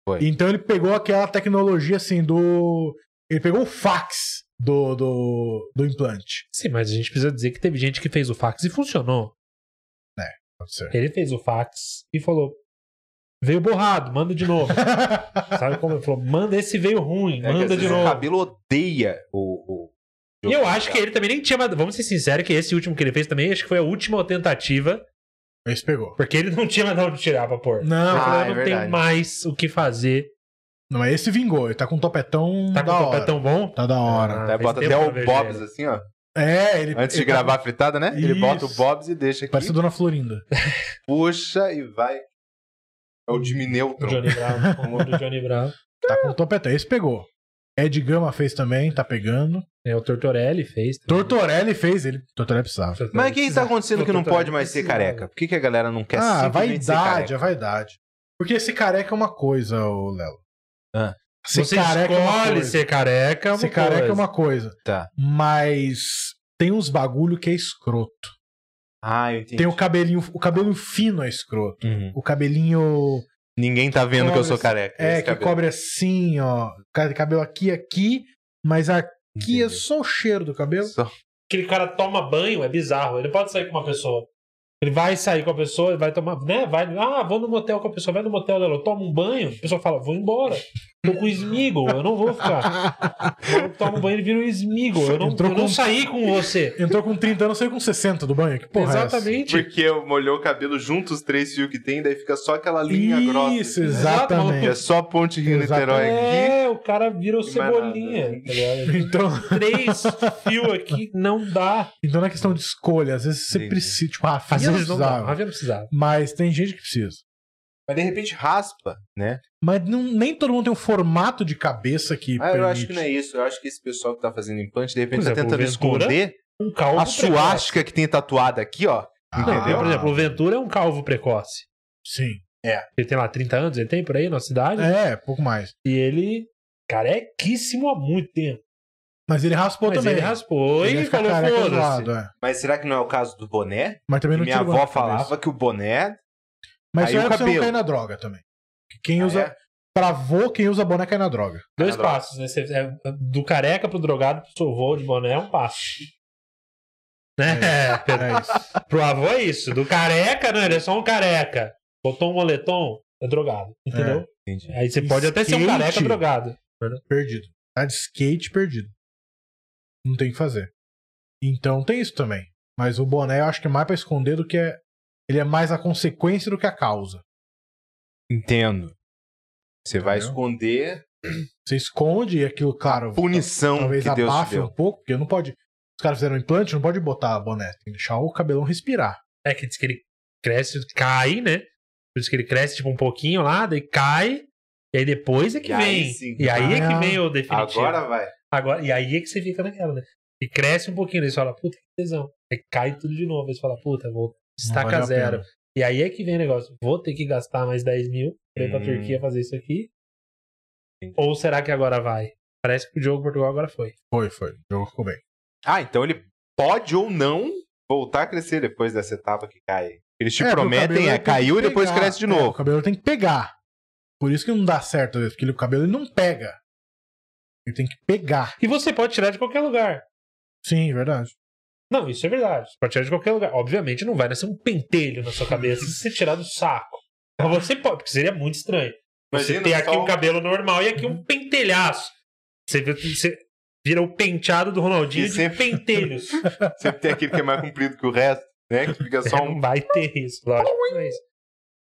Speaker 3: Foi.
Speaker 1: Então ele pegou aquela tecnologia assim do. Ele pegou o fax do, do, do implante.
Speaker 2: Sim, mas a gente precisa dizer que teve gente que fez o fax e funcionou.
Speaker 1: Pode ser.
Speaker 2: Ele fez o fax e falou: veio borrado, manda de novo. Sabe como ele falou? Manda esse veio ruim,
Speaker 3: É que às
Speaker 2: manda de
Speaker 3: vezes O
Speaker 2: novo.
Speaker 3: cabelo odeia o. o- o
Speaker 2: E eu
Speaker 3: jogo né,
Speaker 2: acho que ele também nem tinha. mandado- Vamos ser sinceros, que esse último que ele fez também, acho que foi a última tentativa,
Speaker 1: Esse pegou.
Speaker 2: porque ele não tinha mandado tirar pra pôr.
Speaker 1: Não,
Speaker 2: Ele falou,
Speaker 3: Ah,
Speaker 2: eu
Speaker 3: é
Speaker 2: não
Speaker 3: verdade.
Speaker 2: tenho mais o que fazer.
Speaker 1: não, mas esse vingou. Ele tá com um topetão
Speaker 2: Tá com
Speaker 1: da
Speaker 2: o
Speaker 1: hora.
Speaker 2: papel tão bom?
Speaker 1: Tá da hora.
Speaker 2: Ah,
Speaker 3: Até
Speaker 2: faz
Speaker 3: bota
Speaker 2: tempo
Speaker 3: até
Speaker 2: que eu não
Speaker 3: o
Speaker 2: vejo
Speaker 3: Bobs
Speaker 2: ele.
Speaker 3: assim, ó.
Speaker 1: É, ele.
Speaker 3: Antes de
Speaker 1: ele tá-
Speaker 3: gravar a fritada, né? Ele bota o
Speaker 1: Isso.
Speaker 3: Bobs e deixa aqui.
Speaker 1: Parece a Dona Florinda.
Speaker 3: Puxa e vai. É o Jimmy
Speaker 2: O
Speaker 3: Neutron.
Speaker 2: Johnny Brown, o humor do Johnny Brown.
Speaker 1: Tá com um topetão. Esse pegou. Ed Gama fez também, tá pegando.
Speaker 2: É, o Tortorelli fez. também. é
Speaker 1: Tortorelli fez ele. Tortorelli precisava.
Speaker 3: Mas o que que tá acontecendo que não
Speaker 2: Doutor,
Speaker 3: pode mais ser
Speaker 2: precisava.
Speaker 3: careca? Por que, que a galera não quer
Speaker 1: Ah, a
Speaker 3: simplesmente ser
Speaker 1: vaidade, a
Speaker 3: careca?
Speaker 1: vaidade. Porque esse careca é uma coisa, ô Léo.
Speaker 3: Ah.
Speaker 1: Ser
Speaker 2: Você
Speaker 1: careca é uma
Speaker 2: escolhe
Speaker 1: coisa.
Speaker 2: ser careca, é uma
Speaker 1: Ser careca é
Speaker 2: coisa.
Speaker 1: uma coisa.
Speaker 3: Tá.
Speaker 1: Mas tem uns bagulho que é escroto.
Speaker 3: Ah, eu entendi.
Speaker 1: Tem o cabelinho. O cabelo fino é escroto.
Speaker 3: Uhum.
Speaker 1: O cabelinho.
Speaker 3: Ninguém tá vendo que eu
Speaker 1: Cobre
Speaker 3: sou
Speaker 1: esse-
Speaker 3: careca.
Speaker 1: É,
Speaker 3: esse
Speaker 1: que
Speaker 3: cabelo.
Speaker 1: cobre assim, ó. Ca- Cabelo aqui, aqui. Mas aqui é
Speaker 3: Entendi.
Speaker 1: só o cheiro do cabelo.
Speaker 3: Só-
Speaker 2: aquele cara toma banho, é bizarro. Ele pode sair com uma pessoa. Ele vai sair com a pessoa, ele vai tomar, né? Vai, ah, vou no motel com a pessoa, vai no motel dela, toma um banho, a pessoa fala, vou embora. Tô com esmigo, eu não vou ficar. Eu tomo um banho e vira um esmigo. Eu não,
Speaker 1: Entrou
Speaker 2: eu não
Speaker 1: com-
Speaker 2: saí com você.
Speaker 1: Entrou com 30 anos, saiu com 60 do banho. Que porra é essa?
Speaker 2: Exatamente.
Speaker 3: Porque eu molhou o cabelo junto os três fios que tem, daí fica só aquela linha
Speaker 1: Isso,
Speaker 3: grossa. Que
Speaker 1: exatamente.
Speaker 3: é só a ponte Rio-Niterói aqui.
Speaker 2: É, o cara vira o
Speaker 3: E mais
Speaker 2: cebolinha.
Speaker 3: nada.
Speaker 2: tá ligado?
Speaker 1: Então,
Speaker 2: Três fios aqui não dá.
Speaker 1: então não é questão de escolha. Às vezes você
Speaker 3: Entendi.
Speaker 1: precisa. Tipo, a
Speaker 2: Às
Speaker 1: filha
Speaker 2: vezes não dá. Ravi não precisava.
Speaker 1: Mas tem gente que precisa.
Speaker 3: Mas de repente raspa, né?
Speaker 1: Mas não- nem todo mundo tem um formato de cabeça que.
Speaker 3: Ah, eu
Speaker 1: permite.
Speaker 3: acho que não é isso. Eu acho que esse pessoal que tá fazendo implante, de repente
Speaker 2: Pois
Speaker 3: tá
Speaker 2: é, o
Speaker 3: tentando
Speaker 2: Ventura
Speaker 3: esconder
Speaker 1: é
Speaker 2: Um calvo
Speaker 3: a
Speaker 2: precoce.
Speaker 3: suástica que tem tatuada aqui, ó.
Speaker 2: Não,
Speaker 3: entendeu?
Speaker 2: por exemplo, o Ventura é um calvo precoce.
Speaker 1: Sim.
Speaker 2: Ele tem lá 30 anos, ele tem por aí na cidade.
Speaker 1: É, pouco mais.
Speaker 2: E ele, carequíssimo há muito tempo.
Speaker 1: Mas ele raspou
Speaker 2: Mas
Speaker 1: também.
Speaker 2: ele raspou
Speaker 1: Ele ia
Speaker 2: e
Speaker 1: ficar
Speaker 2: falou,
Speaker 1: careca do
Speaker 2: foda-se.
Speaker 1: lado, é.
Speaker 3: Mas será que não é o caso do boné?
Speaker 1: Mas também não
Speaker 3: Minha
Speaker 1: tira o
Speaker 3: avó
Speaker 1: da cabeça.
Speaker 3: falava que o boné.
Speaker 1: Mas
Speaker 3: Aí
Speaker 1: isso
Speaker 3: o
Speaker 1: é pra você não
Speaker 3: cabelo.
Speaker 1: cair na droga também. Que Quem
Speaker 3: Ah,
Speaker 1: usa.
Speaker 3: é?
Speaker 1: Pra vô, quem usa boné cai na droga.
Speaker 2: Dois
Speaker 3: Cara,
Speaker 2: passos, né? Você, é, do careca pro drogado, pro seu avô de boné é um passo. Né? É, Pedro?
Speaker 1: É isso.
Speaker 2: pro avô é isso. Do careca, não, ele é só um careca. Botou um moletom, é drogado. Entendeu?
Speaker 3: Entendi.
Speaker 2: Aí você pode até ser um
Speaker 1: É. Skate.
Speaker 2: careca drogado.
Speaker 1: perdido. Tá de skate perdido. Não tem o que fazer. Então tem isso também. Mas o boné eu acho que é mais pra esconder do que é. Ele é mais a consequência do que a causa.
Speaker 3: Entendo. Você vai
Speaker 1: Entendeu?
Speaker 3: esconder
Speaker 1: Você esconde e aquilo, claro.
Speaker 3: punição
Speaker 1: talvez
Speaker 3: que Deus te
Speaker 1: abafe um
Speaker 3: deu.
Speaker 1: pouco, porque não pode. Os caras fizeram um implante, não pode botar boné. Tem que deixar o cabelão respirar.
Speaker 2: É que diz que ele cresce, cai, né? Por isso que ele cresce tipo um pouquinho lá, daí cai. E aí depois é que
Speaker 3: E aí
Speaker 2: vem.
Speaker 3: sim.
Speaker 2: e aí é que
Speaker 1: Ah,
Speaker 2: vem o definitivo.
Speaker 3: Agora vai.
Speaker 2: Agora, e aí é que você fica naquela, né? E cresce um pouquinho, aí você fala, puta, que tesão. Aí cai tudo de novo, aí você fala, puta, vou
Speaker 1: Não
Speaker 2: destaca
Speaker 1: vale a
Speaker 2: zero.
Speaker 1: pena.
Speaker 2: E aí é que vem o negócio, vou ter que gastar mais 10 mil pra ir pra
Speaker 3: Hum.
Speaker 2: Turquia fazer isso aqui? Ou será que agora vai? Parece que o jogo Portugal agora foi.
Speaker 1: Foi, foi. O jogo ficou bem.
Speaker 3: Ah, então ele pode ou não voltar a crescer depois dessa etapa que cai. Eles te
Speaker 1: É, porque o
Speaker 3: prometem,
Speaker 1: cabelo
Speaker 3: é,
Speaker 1: tem que
Speaker 3: caiu e depois
Speaker 1: pegar.
Speaker 3: cresce de
Speaker 1: É, o
Speaker 3: novo.
Speaker 1: cabelo tem que pegar. Por isso que não dá certo, às vezes, porque ele- o cabelo ele não pega. Ele tem que pegar.
Speaker 2: E você pode tirar de qualquer lugar.
Speaker 1: Sim, verdade.
Speaker 2: Não, isso é verdade. Você pode tirar de qualquer lugar. Obviamente não vai nascer um pentelho na sua cabeça se você tirar do saco. Mas você pode, porque seria muito estranho. Você tem aqui
Speaker 3: só
Speaker 2: um cabelo normal e aqui um pentelhaço. Você, vê- você vira o penteado do Ronaldinho
Speaker 3: E
Speaker 2: de
Speaker 3: sempre-
Speaker 2: pentelhos.
Speaker 3: Sempre tem aquele que é mais comprido que o resto, né? Que fica só
Speaker 2: É, Não
Speaker 3: um.
Speaker 2: vai ter isso, lógico. Não é isso.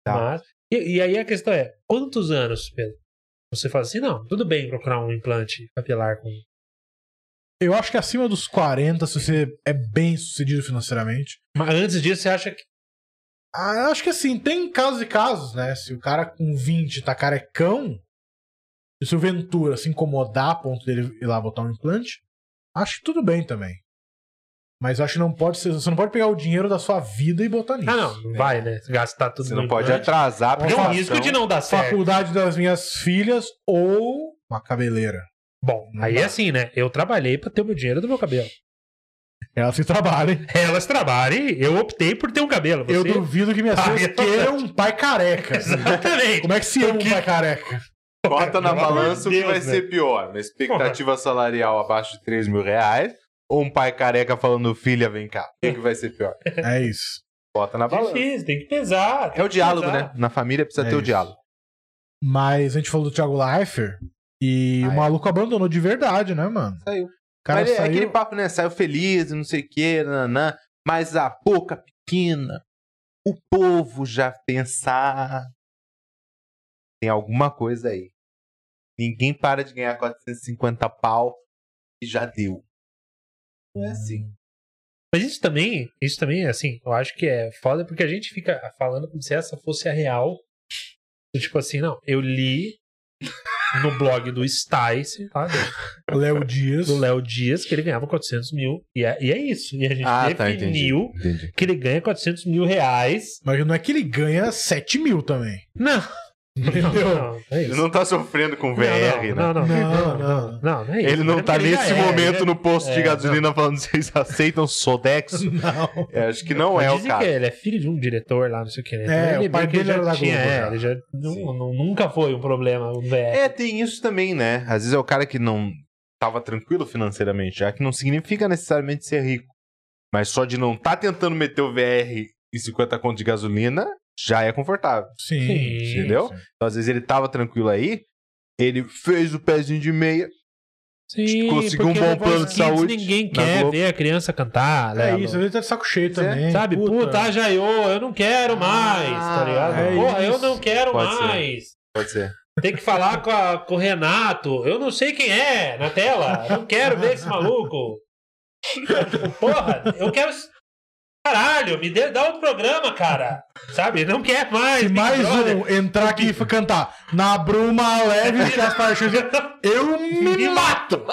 Speaker 3: Tá.
Speaker 2: Mas, e, e aí a questão é, quantos anos, Pedro? Você fala assim, não, tudo bem procurar um implante capilar com...
Speaker 1: Eu acho que acima dos 40, se você é bem sucedido financeiramente.
Speaker 2: Mas antes disso, você acha que...
Speaker 1: Ah, eu acho que assim, tem casos e casos, né? Se o cara com 20 tá carecão, e se o Ventura se incomodar a ponto dele ir lá botar um implante, acho que tudo bem também. Mas eu acho que não pode ser. Você não pode pegar o dinheiro da sua vida e botar nisso.
Speaker 2: Ah, não, não
Speaker 1: né?
Speaker 2: vai, né? Gastar tudo
Speaker 3: Você
Speaker 2: no
Speaker 3: não pode
Speaker 2: implante.
Speaker 3: atrasar a
Speaker 2: Tem um
Speaker 1: Fação.
Speaker 2: risco de não dar certo.
Speaker 1: Faculdade das minhas filhas ou uma cabeleira.
Speaker 2: Bom,
Speaker 1: Não
Speaker 2: aí
Speaker 1: dá.
Speaker 2: é assim, né? Eu trabalhei pra ter o meu dinheiro do meu cabelo.
Speaker 1: Ela se trabalha, hein?
Speaker 2: Elas trabalhem, eu optei por ter um cabelo. Você...
Speaker 1: Eu duvido que minhas
Speaker 2: Ah,
Speaker 1: filhas
Speaker 2: eu-
Speaker 1: queiram um pai careca.
Speaker 2: Exatamente.
Speaker 1: Como é que se ama um pai careca?
Speaker 3: Bota na
Speaker 2: Pelo amor
Speaker 3: balança o
Speaker 2: de
Speaker 3: que
Speaker 2: Deus, né.
Speaker 3: vai ser pior. Uma expectativa salarial abaixo de 3 mil reais ou um pai careca falando, filha, vem cá. O que, que vai ser pior?
Speaker 1: É isso.
Speaker 3: Bota na balança.
Speaker 2: Tá Difícil, tem que pesar. tem
Speaker 3: É o
Speaker 2: que
Speaker 3: diálogo,
Speaker 2: pesar.
Speaker 3: né? Na família precisa
Speaker 1: É
Speaker 3: ter o
Speaker 1: isso.
Speaker 3: diálogo.
Speaker 1: Mas a gente falou do Thiago Leifert e
Speaker 3: Ah,
Speaker 1: o
Speaker 3: é.
Speaker 1: maluco abandonou de verdade, né, mano?
Speaker 3: Saiu.
Speaker 1: O cara
Speaker 3: Mas é
Speaker 1: saiu...
Speaker 3: aquele papo, né? Saiu feliz, não sei o que, nananã. Mas a boca pequena, o povo já pensar. Tem alguma coisa aí. Ninguém para de ganhar 450 pau e já deu. Não é assim.
Speaker 2: Mas isso também, isso também, assim, eu acho que é foda porque a gente fica falando como se essa fosse a real. Do Tipo assim, não, eu li no blog do Stice, tá? do-
Speaker 1: O Léo Dias.
Speaker 2: do Léo Dias, que ele ganhava 400 mil. E é, e é isso. E a gente definiu
Speaker 3: Ah, tá, Entendi.
Speaker 2: que ele ganha 400 mil reais.
Speaker 1: Mas não é que ele ganha 7 mil também.
Speaker 2: Não!
Speaker 1: Entendeu?
Speaker 2: Não, não é
Speaker 3: Ele
Speaker 2: isso.
Speaker 3: não tá sofrendo com VR, né?
Speaker 2: não, não, não, não, não, não,
Speaker 1: não.
Speaker 2: não, não é isso.
Speaker 3: Ele não
Speaker 2: É
Speaker 3: tá
Speaker 2: porque ele
Speaker 3: nesse
Speaker 2: já é,
Speaker 3: momento
Speaker 2: ele
Speaker 3: no posto de
Speaker 2: é,
Speaker 3: gasolina falando vocês aceitam Sodexo.
Speaker 1: Não.
Speaker 3: É, acho que não
Speaker 2: Mas
Speaker 3: é o
Speaker 2: dizem
Speaker 3: cara.
Speaker 2: que ele é filho de um diretor lá, não sei o que. Né?
Speaker 1: É,
Speaker 2: Então ele
Speaker 1: o pai
Speaker 2: meio que
Speaker 1: dele
Speaker 2: já
Speaker 1: era da
Speaker 2: tinha,
Speaker 1: Globo,
Speaker 2: é,
Speaker 1: já.
Speaker 2: ele já nu- nu- nunca foi um problema o VR.
Speaker 3: É, tem isso também, né? Às vezes é o cara que não tava tranquilo financeiramente, já que não significa necessariamente ser rico. Mas só de não tá tentando meter o VR e 50 conto de gasolina, já é confortável.
Speaker 1: Sim.
Speaker 2: Sim.
Speaker 3: Entendeu?
Speaker 1: sim.
Speaker 3: Então, às vezes ele tava tranquilo aí, ele fez o pezinho de meia.
Speaker 2: Sim,
Speaker 3: conseguiu um
Speaker 2: porque
Speaker 3: bom
Speaker 2: no Voice
Speaker 3: plano de
Speaker 2: Kids
Speaker 3: saúde
Speaker 2: Ninguém
Speaker 3: na
Speaker 2: quer
Speaker 3: Globo.
Speaker 2: ver a criança cantar,
Speaker 1: É
Speaker 2: Lelo.
Speaker 1: isso, ele tá de saco cheio
Speaker 3: Pois é.
Speaker 1: também.
Speaker 2: Sabe, puta, ah,
Speaker 1: Puta.
Speaker 2: jaiô, eu não quero mais, tá ligado?
Speaker 1: é
Speaker 2: Porra, eu
Speaker 1: isso.
Speaker 2: não quero
Speaker 3: Pode ser.
Speaker 2: mais.
Speaker 3: Pode ser.
Speaker 2: Tem que falar com, a- com o Renato. Eu não sei quem é na tela. Eu Não quero ver esse maluco. Porra, eu quero. Caralho, me dê, dá outro programa, cara. Sabe? Não quer mais.
Speaker 1: Se
Speaker 2: Big
Speaker 1: mais
Speaker 2: Brother.
Speaker 1: um entrar aqui e cantar na bruma leve que as partes eu
Speaker 2: Me
Speaker 1: me
Speaker 2: mato!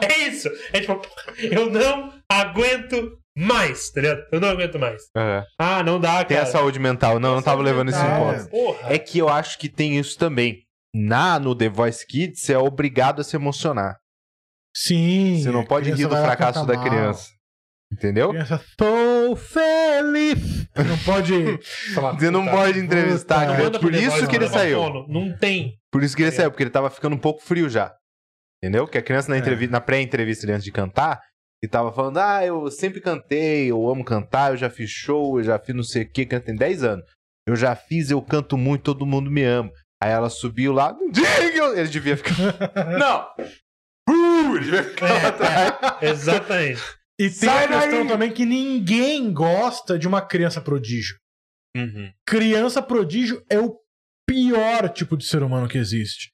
Speaker 2: É isso. É tipo, eu não aguento mais, tá ligado? Eu não aguento mais.
Speaker 3: É.
Speaker 2: Ah, não dá, cara.
Speaker 3: Tem a saúde mental. Não, não tava levando isso em
Speaker 1: mental.
Speaker 3: conta.
Speaker 2: Porra.
Speaker 3: É que eu acho que tem isso também. Na, no The Voice Kids, você é obrigado a se emocionar.
Speaker 1: Sim.
Speaker 3: Você
Speaker 1: a
Speaker 3: não pode
Speaker 1: criança
Speaker 3: rir do
Speaker 1: vai lá
Speaker 3: fracasso
Speaker 1: cantar
Speaker 3: da
Speaker 1: mal.
Speaker 3: criança. Entendeu?
Speaker 1: Criança, sou feliz. Não pode.
Speaker 3: Você não pode entrevistar a
Speaker 1: Puta.
Speaker 3: criança. Por isso que ele saiu.
Speaker 2: Não tem.
Speaker 3: Por isso que ele
Speaker 2: Tá
Speaker 3: saiu, porque ele tava ficando um pouco frio já. Entendeu? Porque a criança na,
Speaker 1: É.
Speaker 3: entrevista, na pré-entrevista ali antes de cantar, ele tava falando: Ah, eu sempre cantei, eu amo cantar, eu já fiz show, eu já fiz não sei o que, canto tem 10 anos. Eu já fiz, eu canto muito, todo mundo me ama. Aí ela subiu lá, não diga! eu-" Ele devia ficar. não! Uh, ele devia ficar lá atrás.
Speaker 2: Exatamente.
Speaker 1: E tem
Speaker 3: Sai
Speaker 1: a questão
Speaker 3: daí!
Speaker 1: também que ninguém gosta de uma criança prodígio.
Speaker 3: Uhum.
Speaker 1: Criança prodígio é o pior tipo de ser humano que existe.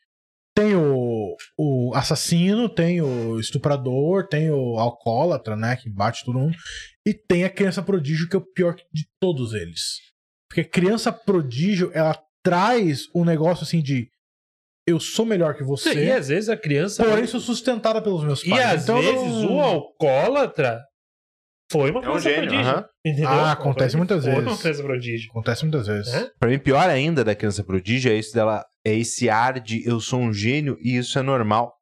Speaker 1: Tem o, o assassino, tem o estuprador, tem o alcoólatra, né? Que bate todo mundo. E tem a criança prodígio, que é o pior de todos eles. Porque criança prodígio, ela traz um negócio assim de eu sou melhor que
Speaker 2: E
Speaker 1: você,
Speaker 2: às vezes a criança.
Speaker 1: porém sou sustentada pelos meus
Speaker 2: e
Speaker 1: pais.
Speaker 2: às
Speaker 1: Então, eu não-
Speaker 2: vezes um o alcoólatra foi uma
Speaker 3: É um
Speaker 2: coisa
Speaker 3: gênio.
Speaker 2: prodígio.
Speaker 3: aham.
Speaker 2: Entendeu?
Speaker 1: Ah, acontece muitas
Speaker 2: Foi uma
Speaker 1: vezes.
Speaker 2: coisa prodígio.
Speaker 1: Acontece muitas vezes.
Speaker 2: É?
Speaker 3: Pra mim, pior ainda da criança prodígio é isso dela, é esse ar de eu sou um gênio e isso é normal.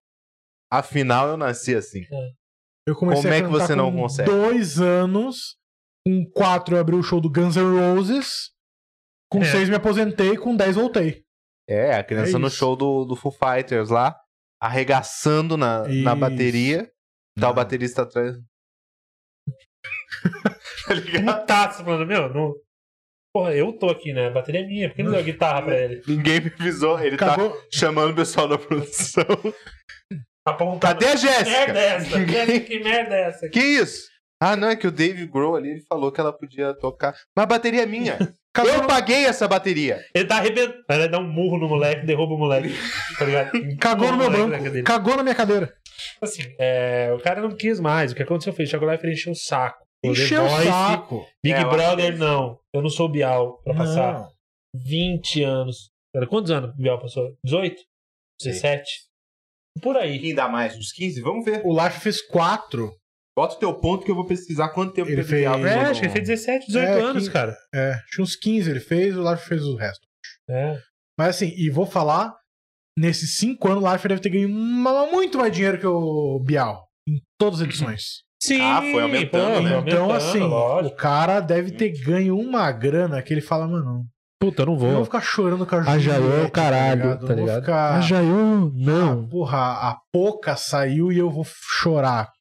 Speaker 3: Afinal, eu nasci assim.
Speaker 1: Eu comecei
Speaker 3: Como
Speaker 1: a
Speaker 3: é que
Speaker 1: cantar
Speaker 3: você não
Speaker 1: com
Speaker 3: consegue?
Speaker 1: Dois anos, com quatro eu abri o show do Guns N' Roses, com
Speaker 2: É.
Speaker 1: seis me aposentei, com dez voltei.
Speaker 3: É, a criança
Speaker 1: É
Speaker 3: no
Speaker 1: isso.
Speaker 3: show do, do Foo Fighters lá, arregaçando na, na
Speaker 1: Isso.
Speaker 3: bateria. Tá o
Speaker 1: Não.
Speaker 3: baterista atrás. tá ligado?
Speaker 2: Putaço, falando, meu, não. Porra, eu tô aqui, né? A bateria é minha. Por que não deu a guitarra pra ele?
Speaker 3: Ninguém me avisou, ele tá
Speaker 1: Acabou.
Speaker 3: chamando o pessoal da produção.
Speaker 2: Apontando.
Speaker 3: Cadê a
Speaker 2: Que merda
Speaker 3: Jéssica?
Speaker 2: é essa?
Speaker 3: Ninguém-
Speaker 2: Que merda é essa?
Speaker 3: Que isso? Ah, não, é que o Dave Grohl ali ele falou que ela podia tocar. Mas a bateria é minha. Eu paguei essa bateria.
Speaker 2: Ele tá arrebentando. Ele dá um murro no moleque, derruba o moleque. Tá ligado?
Speaker 1: Cagou no meu
Speaker 2: Moleque na
Speaker 1: banco,
Speaker 2: cadeira.
Speaker 1: cagou na minha cadeira.
Speaker 2: Assim, é, o cara não quis mais. O que aconteceu foi: chegou lá e encheu o saco.
Speaker 1: Encheu o
Speaker 2: The Voice,
Speaker 1: saco.
Speaker 2: Big
Speaker 3: É, eu acho
Speaker 2: Brother,
Speaker 3: que-
Speaker 2: não. Eu não sou Bial pra passar
Speaker 1: Não.
Speaker 2: 20 anos. Era quantos anos o Bial passou? 18? 17? Por aí.
Speaker 3: Quem dá mais? Uns 15? Vamos ver.
Speaker 1: O Lacho fez quatro.
Speaker 3: Bota o teu ponto que eu vou pesquisar quanto tempo
Speaker 1: Ele
Speaker 3: teve de
Speaker 1: fez-
Speaker 3: aula.
Speaker 2: É, acho que ele fez 17, 18
Speaker 1: É,
Speaker 2: anos,
Speaker 1: que-
Speaker 2: cara.
Speaker 1: É, tinha uns 15 ele fez, o Lacho fez o resto.
Speaker 2: É.
Speaker 1: Mas assim, e vou falar, nesses cinco anos o Lacho deve ter ganho ma- muito mais dinheiro que o Bial. Em todas as edições.
Speaker 2: Sim,
Speaker 3: Ah, foi aumentando,
Speaker 1: Então,
Speaker 3: né?
Speaker 2: Tá, aumentando,
Speaker 1: assim,
Speaker 2: lógico.
Speaker 1: o cara deve ter ganho uma grana que ele fala, mano,
Speaker 2: Puta, eu não
Speaker 1: Eu não
Speaker 2: vou.
Speaker 1: vou ficar chorando com a
Speaker 2: A Jaiô é o
Speaker 1: Juliette,
Speaker 2: caralho,
Speaker 1: Eu
Speaker 2: tá
Speaker 1: não vou
Speaker 2: ligado?
Speaker 1: Ficar...
Speaker 2: Jaiô,
Speaker 1: Ah, porra, a Poca saiu e eu vou chorar.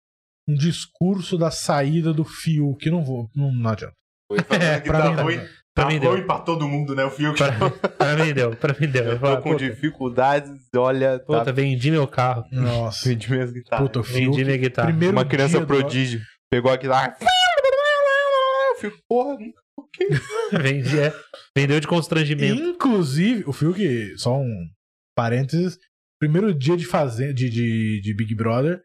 Speaker 1: Um discurso da saída do Fiuk. Não vou, não, não adianta.
Speaker 3: Foi falando que
Speaker 2: É, pra
Speaker 3: tá
Speaker 2: mim não.
Speaker 3: ruim.
Speaker 2: Pra
Speaker 3: Tá
Speaker 2: mim
Speaker 3: bom
Speaker 2: deu.
Speaker 3: e pra todo mundo, né? O Fio que
Speaker 2: Pra, pra mim deu, pra mim deu.
Speaker 3: eu
Speaker 2: Fala,
Speaker 3: tô com
Speaker 2: puta,
Speaker 3: dificuldades, olha, tá
Speaker 2: Puta, vendi meu carro,
Speaker 1: Nossa.
Speaker 3: vendi minhas
Speaker 2: Tá,
Speaker 3: guitarras.
Speaker 1: Puta, o Fiuk.
Speaker 2: vendi minha guitarra.
Speaker 1: Primeiro
Speaker 3: Uma criança
Speaker 1: dia do-
Speaker 3: prodígio. tá. Pegou aquilo lá. Eu fico, porra,
Speaker 2: Vendi, é. Vendeu de constrangimento.
Speaker 1: Inclusive, o Fiuk, só um parênteses, primeiro dia de, fazer, de, de, de Big Brother,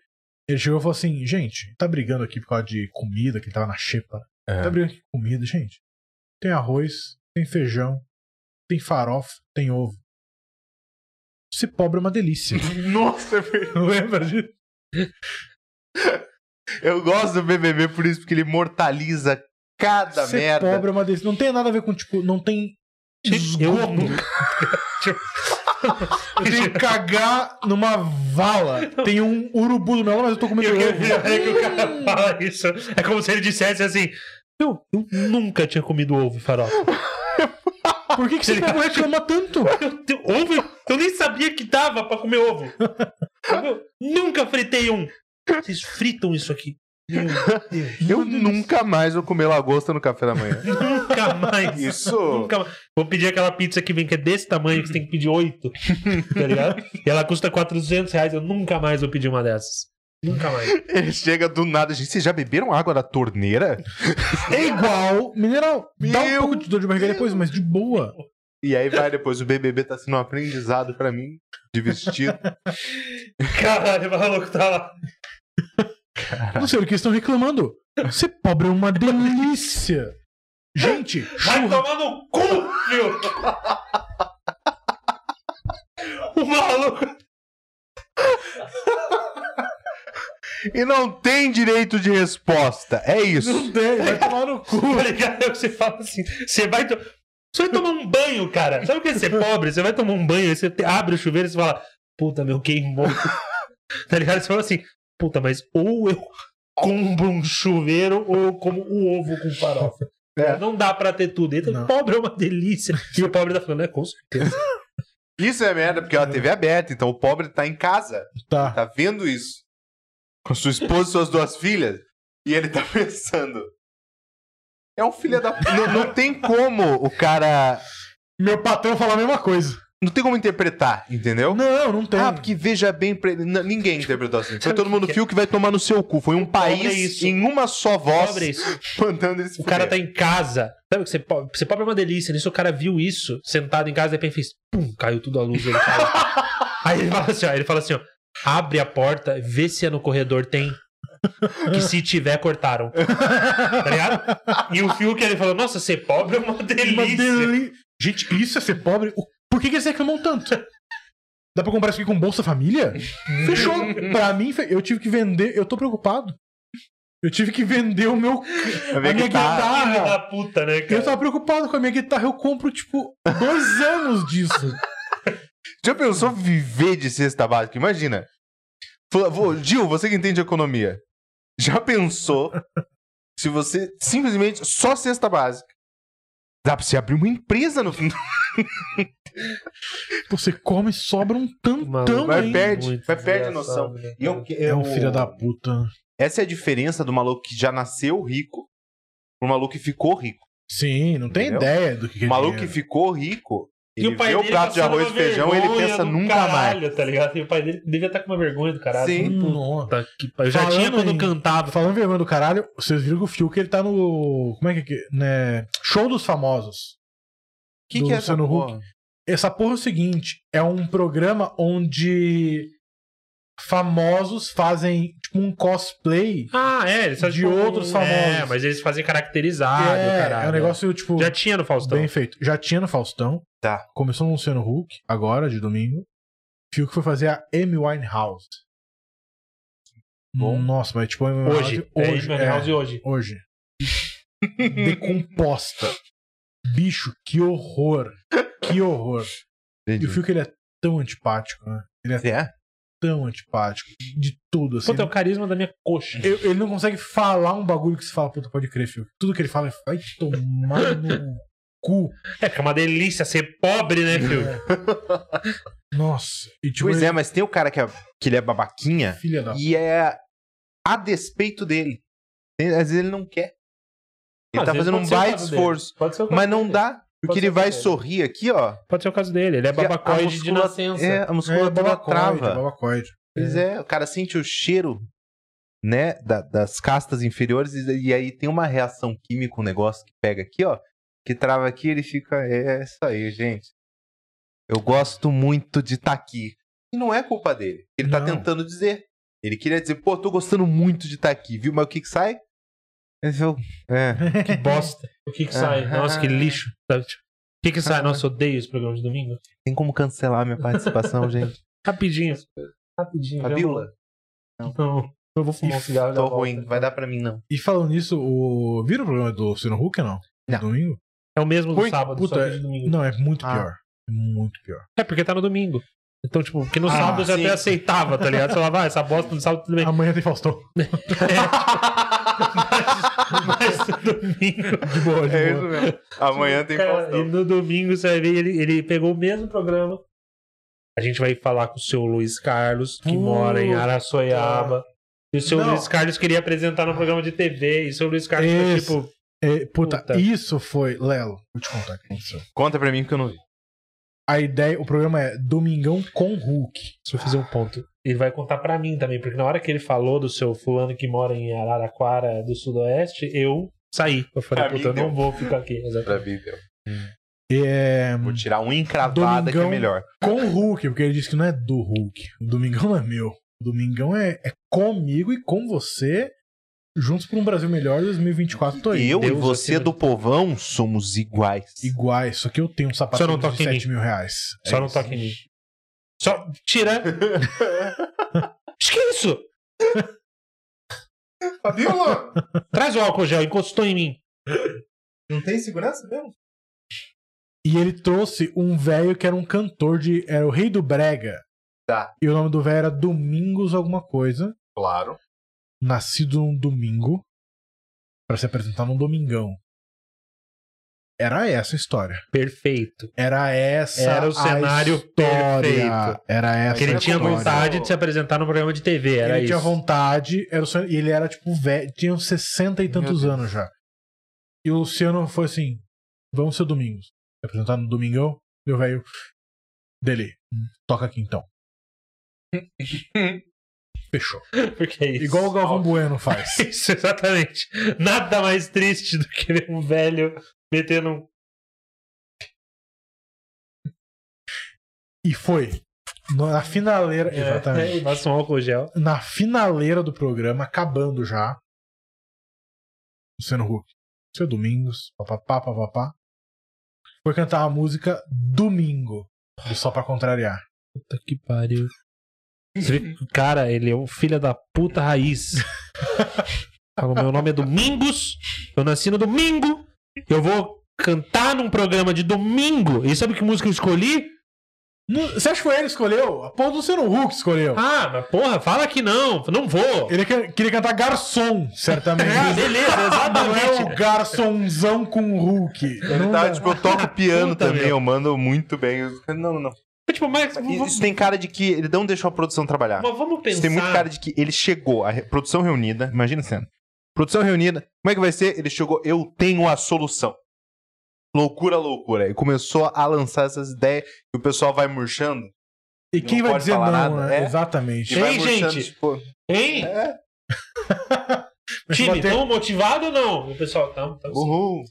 Speaker 1: ele chegou e falou assim, gente, tá brigando aqui por causa de comida, que ele tava na xepa.
Speaker 3: É.
Speaker 1: Tá brigando aqui com comida, gente. Tem arroz, tem feijão, tem farofa, tem ovo. Se pobre é uma delícia.
Speaker 3: Nossa, velho.
Speaker 1: Não lembra disso?
Speaker 3: eu gosto do BBB por isso, porque ele mortaliza cada
Speaker 1: Ser
Speaker 3: merda.
Speaker 1: pobre é uma delícia. Não tem nada a ver com, tipo, não tem
Speaker 2: Eu
Speaker 1: esgoto.
Speaker 2: nunca-
Speaker 1: Tem que cagar numa vala. Tem um urubu do meu lado, mas eu tô comendo
Speaker 2: E o que é
Speaker 1: ovo.
Speaker 2: pior é que o cara fala isso. É como se ele dissesse assim: Eu, eu nunca tinha comido ovo e farofa.
Speaker 1: Por que, que você não reclama tanto?
Speaker 2: Eu, eu- ovo? Eu nem sabia que dava pra comer ovo. Eu nunca fritei um. Vocês fritam isso aqui. Meu Deus.
Speaker 3: Eu nunca mais vou comer lagosta no café da manhã.
Speaker 2: Nunca mais.
Speaker 3: Isso.
Speaker 2: Nunca mais. Vou pedir aquela pizza que vem, que é desse tamanho, que você tem que pedir oito. Tá ligado? E ela custa 400 reais. Eu nunca mais vou pedir uma dessas. Nunca mais.
Speaker 3: Ele chega do nada, gente, vocês já beberam água da torneira?
Speaker 1: É igual mineral. Dá um
Speaker 3: Meu
Speaker 1: pouco de dor de barriga depois, mas de boa.
Speaker 3: E aí vai depois, o BBB tá sendo um aprendizado pra mim, de vestido.
Speaker 2: Caralho, o maluco tá lá.
Speaker 1: Não sei o que estão reclamando. Ser pobre é uma delícia. Gente,
Speaker 2: Vai
Speaker 1: churra-
Speaker 2: tomar no cu, meu! O maluco.
Speaker 3: E não tem direito de resposta, é isso.
Speaker 1: não tem, vai tomar no cu.
Speaker 2: Tá ligado? É o que você fala assim. Você vai. to- Você vai tomar um banho, cara. Sabe o que é ser pobre? Você vai tomar um banho, aí você te- abre o chuveiro e você fala: Puta, meu, queimou. Tá ligado? Você fala assim: Puta, mas ou eu compro um chuveiro ou eu como o ovo com farofa.
Speaker 3: É.
Speaker 2: Não dá pra ter tudo. Então,
Speaker 1: Não.
Speaker 2: pobre é uma delícia. E o pobre tá falando: É, com certeza.
Speaker 3: Isso é merda, porque é uma TV aberta, então o pobre tá em casa.
Speaker 1: Tá.
Speaker 3: tá vendo isso com sua esposa e suas duas filhas e ele tá pensando. É um filho da. não, não tem como o cara.
Speaker 1: Meu patrão fala a mesma coisa.
Speaker 3: Não tem como interpretar, entendeu?
Speaker 1: Não, não tem.
Speaker 3: Ah, porque veja bem pra ele. Não, ninguém interpretou assim. Foi
Speaker 2: sabe
Speaker 3: todo
Speaker 2: o
Speaker 3: mundo
Speaker 2: que é?
Speaker 3: fio que vai tomar no seu cu. Foi um país
Speaker 2: é isso.
Speaker 3: em uma só voz
Speaker 2: Pobre é isso.
Speaker 3: mandando esse
Speaker 2: O cara tá em casa. Sabe o que você pobre? Você pobre é uma delícia. Nisso o cara viu isso, sentado em casa, de repente fez. Pum, caiu tudo a luz. Ele caiu. aí ele fala assim, ó, ele fala assim, ó. Abre a porta, vê se é no corredor tem. Que se tiver, cortaram. Tá ligado? E o Fiuk ele falou: Nossa, ser pobre é uma delícia.
Speaker 1: Uma deli- Gente, isso é ser pobre? O- Por que, que eles reclamam tanto? Dá pra comprar isso aqui com Bolsa Família? Fechou. pra mim, fe- eu tive que vender. Eu tô preocupado. Eu tive que vender o meu.
Speaker 3: tá
Speaker 1: a minha
Speaker 2: Filho
Speaker 1: guitarra.
Speaker 2: da puta, né,
Speaker 1: Eu
Speaker 2: cara?
Speaker 1: tava preocupado com a minha guitarra. Eu compro, tipo, dois anos disso.
Speaker 3: Já pensou viver de cesta básica? Imagina. Fala- vô, Gil, você que entende economia, já pensou se você simplesmente só cesta básica? Dá pra você abrir uma empresa no final.
Speaker 1: Você come e sobra um tantão,
Speaker 3: Maluco,
Speaker 1: hein?
Speaker 3: perde,
Speaker 2: Muito
Speaker 3: mas perde a
Speaker 2: desgraçado,
Speaker 3: noção.
Speaker 2: né,
Speaker 3: E eu-
Speaker 1: É
Speaker 3: eu-
Speaker 1: um filho da puta.
Speaker 3: Essa é a diferença do maluco que já nasceu rico pro maluco que ficou rico.
Speaker 1: Sim, não tem
Speaker 3: Entendeu?
Speaker 1: ideia do que, que
Speaker 3: O
Speaker 1: é
Speaker 3: maluco que
Speaker 1: dinheiro.
Speaker 3: ficou rico,
Speaker 2: E
Speaker 3: ele vê o
Speaker 2: dele
Speaker 3: prato de
Speaker 2: passando
Speaker 3: arroz e
Speaker 2: uma
Speaker 3: feijão ele
Speaker 2: vergonha
Speaker 3: pensa
Speaker 2: do
Speaker 3: nunca mais.
Speaker 2: caralho, Tá ligado? E o pai dele devia estar com uma vergonha do caralho.
Speaker 3: Sim.
Speaker 1: Nossa.
Speaker 2: Puta que pariu. Eu já
Speaker 1: Falando
Speaker 2: tinha quando
Speaker 1: em-
Speaker 2: eu cantava.
Speaker 1: Falando em vergonha do caralho, vocês viram que o Fiuk ele tá no. Como é que é que. Né? Show dos famosos.
Speaker 3: O que,
Speaker 1: Do
Speaker 3: que é essa
Speaker 1: Luciano
Speaker 3: porra?
Speaker 1: Essa porra é o seguinte: é um programa onde famosos fazem tipo um cosplay.
Speaker 2: Ah, é, eles fazem
Speaker 1: De outros
Speaker 2: É,
Speaker 1: famosos.
Speaker 2: mas eles fazem
Speaker 3: Ah,
Speaker 2: caracterizado,
Speaker 1: é,
Speaker 2: caralho.
Speaker 1: é um negócio tipo
Speaker 2: Já tinha no Faustão.
Speaker 1: bem feito. Já tinha no Faustão.
Speaker 3: Tá.
Speaker 1: Começou no Luciano Huck, agora de domingo. Fiuk foi fazer a Amy Winehouse.
Speaker 3: Bom.
Speaker 1: Nossa, mas tipo, a Amy
Speaker 2: Hoje.
Speaker 1: Winehouse-
Speaker 2: Hoje. É, House
Speaker 1: é.
Speaker 2: e hoje.
Speaker 1: hoje. Decomposta. Bicho, que horror. Que horror. E o
Speaker 3: Entendi.
Speaker 1: Fiuk, ele é tão antipático, né? Ele é
Speaker 3: É?
Speaker 1: tão antipático. De tudo, assim.
Speaker 2: Puta, é o carisma da minha coxa.
Speaker 1: Eu- ele não consegue falar um bagulho que você fala, puta, pode crer, Fiuk. Tudo que ele fala é vai tomar no cu.
Speaker 2: É, que é uma delícia ser pobre, né, filho?
Speaker 1: Nossa. E tipo,
Speaker 3: Pois
Speaker 1: ele-
Speaker 3: é, mas tem o cara que, é, que ele é babaquinha
Speaker 1: filha da
Speaker 3: E é a despeito dele. Tem- Às vezes ele não quer. Ele
Speaker 2: Às
Speaker 3: tá
Speaker 2: vezes
Speaker 3: fazendo
Speaker 2: pode
Speaker 3: um
Speaker 2: ser o
Speaker 3: baita
Speaker 2: caso dele.
Speaker 3: esforço.
Speaker 2: Pode ser o caso
Speaker 3: Mas não
Speaker 2: dele.
Speaker 3: dá, porque
Speaker 2: Pode ser
Speaker 3: ele
Speaker 2: o caso
Speaker 3: vai
Speaker 2: dele.
Speaker 3: sorrir aqui, ó.
Speaker 2: Pode ser o caso dele. Ele é
Speaker 3: e a- a
Speaker 2: babacoide de
Speaker 3: muscula-
Speaker 2: nascença.
Speaker 3: É, a musculatura
Speaker 1: babacoide,
Speaker 3: trava.
Speaker 1: babacoide.
Speaker 3: Pois é, o cara sente o cheiro, né, da- das castas inferiores e, e aí tem uma reação química, um negócio que pega aqui, ó, que trava aqui, ele fica, é isso aí, gente. Eu gosto muito de estar aqui. E não é culpa dele. Ele tá
Speaker 1: Não.
Speaker 3: tentando dizer. Ele queria dizer, pô, tô gostando muito de estar aqui, viu? Mas o que que sai? Ele falou, é,
Speaker 2: Que bosta. O que que sai? Nossa, que lixo. Sabe, tipo, O que que sai? Nossa, odeio esse programa de domingo.
Speaker 3: tem como cancelar minha participação, gente?
Speaker 2: Rapidinho. Rapidinho. já
Speaker 3: Fabiola?
Speaker 2: volto. Não. Eu vou fumar um cigarro. já
Speaker 3: Tô
Speaker 2: volto.
Speaker 3: ruim, vai dar pra mim não.
Speaker 1: E falando nisso, o... viram o programa do Luciano Huck, não?
Speaker 3: Não.
Speaker 1: Domingo?
Speaker 2: É o mesmo do
Speaker 1: Ruim?
Speaker 2: sábado,
Speaker 1: Puta,
Speaker 2: só que de domingo.
Speaker 1: Não, é muito
Speaker 3: Ah.
Speaker 1: pior. É muito pior.
Speaker 2: É porque tá no domingo. Então, tipo, porque no
Speaker 1: Ah,
Speaker 2: sábado você
Speaker 3: sim.
Speaker 2: até aceitava, tá ligado? Você falava, ah, essa bosta no sábado tudo bem.
Speaker 1: Amanhã tem Faustão. Ah,
Speaker 2: Mas no domingo.
Speaker 1: De boa, de boa.
Speaker 3: É isso mesmo. Amanhã tem
Speaker 2: Cara,
Speaker 3: Faustão.
Speaker 2: E no domingo você vai ver, ele, ele pegou o mesmo programa. A gente vai falar com o seu Luiz Carlos, que
Speaker 1: Puta.
Speaker 2: mora em Araçoiaba. E o seu
Speaker 1: Não.
Speaker 2: Luiz Carlos queria apresentar no programa de TV. E o seu Luiz Carlos
Speaker 1: Esse.
Speaker 2: foi tipo.
Speaker 1: É, puta,
Speaker 2: Puta.
Speaker 1: isso foi. Lelo, vou te contar o que aconteceu.
Speaker 3: Conta pra mim que eu não vi.
Speaker 1: A ideia, o programa é Domingão com Hulk.
Speaker 2: Se eu fizer um ponto. Ele vai contar pra mim também, porque na hora que ele falou do seu fulano que mora em Araraquara do Sudoeste, eu saí. Eu falei,
Speaker 3: Pra mim,
Speaker 2: puta, eu
Speaker 3: deu.
Speaker 2: não vou ficar aqui. Exatamente.
Speaker 3: Pra mim, deu.
Speaker 1: É,
Speaker 3: Vou tirar um encravada que é
Speaker 1: Domingão.
Speaker 3: melhor.
Speaker 1: com o Hulk, porque ele disse que não é do Hulk. O Domingão não é meu. O Domingão é, é comigo e com você, juntos por um Brasil melhor 2024. Tô aí.
Speaker 3: Eu e
Speaker 2: Deus
Speaker 3: você
Speaker 2: acima
Speaker 3: do povão somos iguais.
Speaker 1: Iguais, só que eu tenho um
Speaker 2: Só
Speaker 1: sapatinho
Speaker 2: não toque
Speaker 1: de
Speaker 2: em
Speaker 1: 7 mil reais.
Speaker 2: Só
Speaker 1: É
Speaker 2: não
Speaker 1: isso.
Speaker 2: toque em mim. Só tira. que é isso?
Speaker 3: Fabiola,
Speaker 2: Traz o álcool gel, encostou em mim.
Speaker 3: não tem segurança mesmo?
Speaker 1: E ele trouxe um velho que era um cantor de. Era o Rei do Brega.
Speaker 3: Tá.
Speaker 1: E o nome do velho era Domingos Alguma Coisa.
Speaker 3: Claro.
Speaker 1: Nascido num domingo. Pra se apresentar num domingão. Era essa a história.
Speaker 2: Perfeito.
Speaker 1: Era essa
Speaker 2: Era o
Speaker 1: a
Speaker 2: cenário
Speaker 1: história.
Speaker 2: perfeito.
Speaker 1: Era essa
Speaker 2: Porque
Speaker 1: a
Speaker 2: ele
Speaker 3: Essa
Speaker 2: tinha
Speaker 1: história.
Speaker 2: vontade de se apresentar no programa de TV, era
Speaker 1: é né? ele tinha
Speaker 2: isso.
Speaker 1: vontade, era o sonho, e ele era tipo velho, tinha uns 60 e tantos
Speaker 3: Deus.
Speaker 1: anos já. E o Luciano foi assim: vamos ser domingos. Se apresentar no domingão, meu velho. Dele, toca aqui então. Fechou.
Speaker 2: Porque é isso.
Speaker 1: Igual o Galvão Bueno faz.
Speaker 2: Isso, exatamente. Nada mais triste do que ver um velho metendo um.
Speaker 1: E foi. Na finaleira. Exatamente.
Speaker 2: É, Passa um álcool gel.
Speaker 1: na finaleira do programa, acabando já. Luciano Huck. Seu Domingos, papapá, papapá. Foi cantar a música Domingo. do Só pra contrariar.
Speaker 2: Puta que pariu. Você vê que o cara, ele é um filho da puta raiz. Fala, meu nome é Domingos, eu nasci no domingo, eu vou cantar num programa de domingo. E sabe que música eu escolhi?
Speaker 1: Não- Você acha que foi ele que escolheu? A porra do Luciano Huck escolheu.
Speaker 2: Ah, mas porra, fala que não, não vou.
Speaker 1: Ele que- queria cantar Garçom, certamente.
Speaker 2: Ah, beleza,
Speaker 1: Não é o
Speaker 2: exatamente.
Speaker 1: garçonzão com o Hulk.
Speaker 3: Ele
Speaker 1: Não
Speaker 3: tá,
Speaker 1: dá.
Speaker 3: tipo, eu toco piano
Speaker 2: Puta,
Speaker 3: também,
Speaker 2: meu.
Speaker 3: eu mando muito bem. Eu- Não, não, não.
Speaker 2: Tipo, mas,
Speaker 3: Isso tem cara de que ele não deixou a produção trabalhar.
Speaker 2: mas vamos pensar.
Speaker 3: Isso tem muito cara de que ele chegou, a re- produção reunida, imagina a cena. Produção reunida, como é que vai ser? Ele chegou, eu tenho a solução. Loucura, loucura. E começou a lançar essas ideias e o pessoal vai murchando.
Speaker 1: E quem
Speaker 3: não
Speaker 1: vai
Speaker 3: pode
Speaker 1: dizer não,
Speaker 3: falar nada,
Speaker 1: né?
Speaker 3: é?
Speaker 1: Exatamente.
Speaker 3: E vai
Speaker 2: Ei,
Speaker 3: murchando,
Speaker 2: gente.
Speaker 3: tipo,
Speaker 2: Hein? Time,
Speaker 1: Bater-
Speaker 2: tamo motivado ou não? E O pessoal, tamo, tamo sim.
Speaker 3: uhul.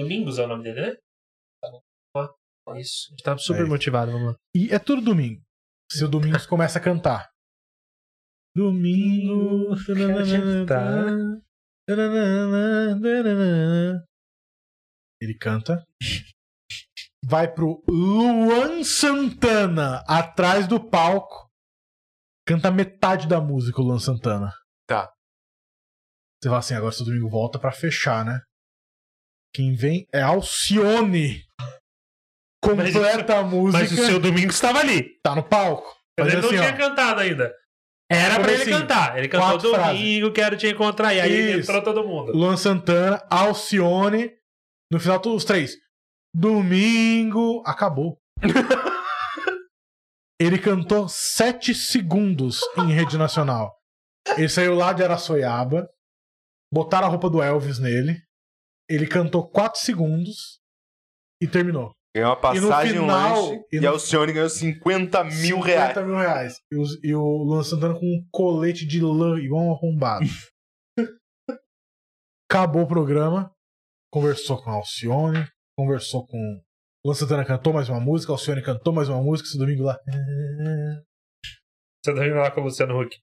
Speaker 2: Domingos é o nome dele, né? Tá bom. Isso, a gente tá super
Speaker 1: Aí.
Speaker 2: motivado, vamos lá.
Speaker 1: E é tudo domingo. Seu Domingos começa a cantar. Domingo. Ele canta. Vai pro Luan Santana, atrás do palco. Canta metade da música, o Luan Santana.
Speaker 3: Tá.
Speaker 1: Você fala assim, agora seu domingo volta pra fechar, né? Quem vem é Alcione.
Speaker 2: Mas- é-
Speaker 1: Completa a música.
Speaker 2: Mas o seu Domingos estava ali.
Speaker 1: Tá no palco.
Speaker 2: Ele
Speaker 1: Fazia
Speaker 2: não
Speaker 1: assim,
Speaker 2: tinha
Speaker 1: ó.
Speaker 2: cantado ainda. Era
Speaker 1: Como
Speaker 2: pra ele
Speaker 1: assim?
Speaker 2: cantar. Ele cantou
Speaker 1: Quatro
Speaker 2: Domingo, quero te encontrar. E aí
Speaker 1: Isso.
Speaker 2: entrou todo mundo.
Speaker 1: Luan Santana, Alcione. No final, todos os três. Domingo. Acabou. Ele cantou sete segundos em rede nacional. Ele saiu lá de Araçoiaba. Botaram a roupa do Elvis nele. Ele cantou 4 segundos e terminou.
Speaker 3: Ganhou uma passagem, um
Speaker 1: final-
Speaker 3: lanche.
Speaker 1: e
Speaker 3: E,
Speaker 1: no-
Speaker 3: a Alcione ganhou 50 mil
Speaker 1: 50
Speaker 3: reais.
Speaker 1: mil reais. E, os- e o Luan Santana com um colete de lã igual um arrombado. Acabou o programa. Conversou com a Alcione. Conversou com. O Luan Santana cantou mais uma música. A Alcione cantou mais uma música. Esse domingo lá.
Speaker 2: Você tá vindo lá com o Luciano Huck.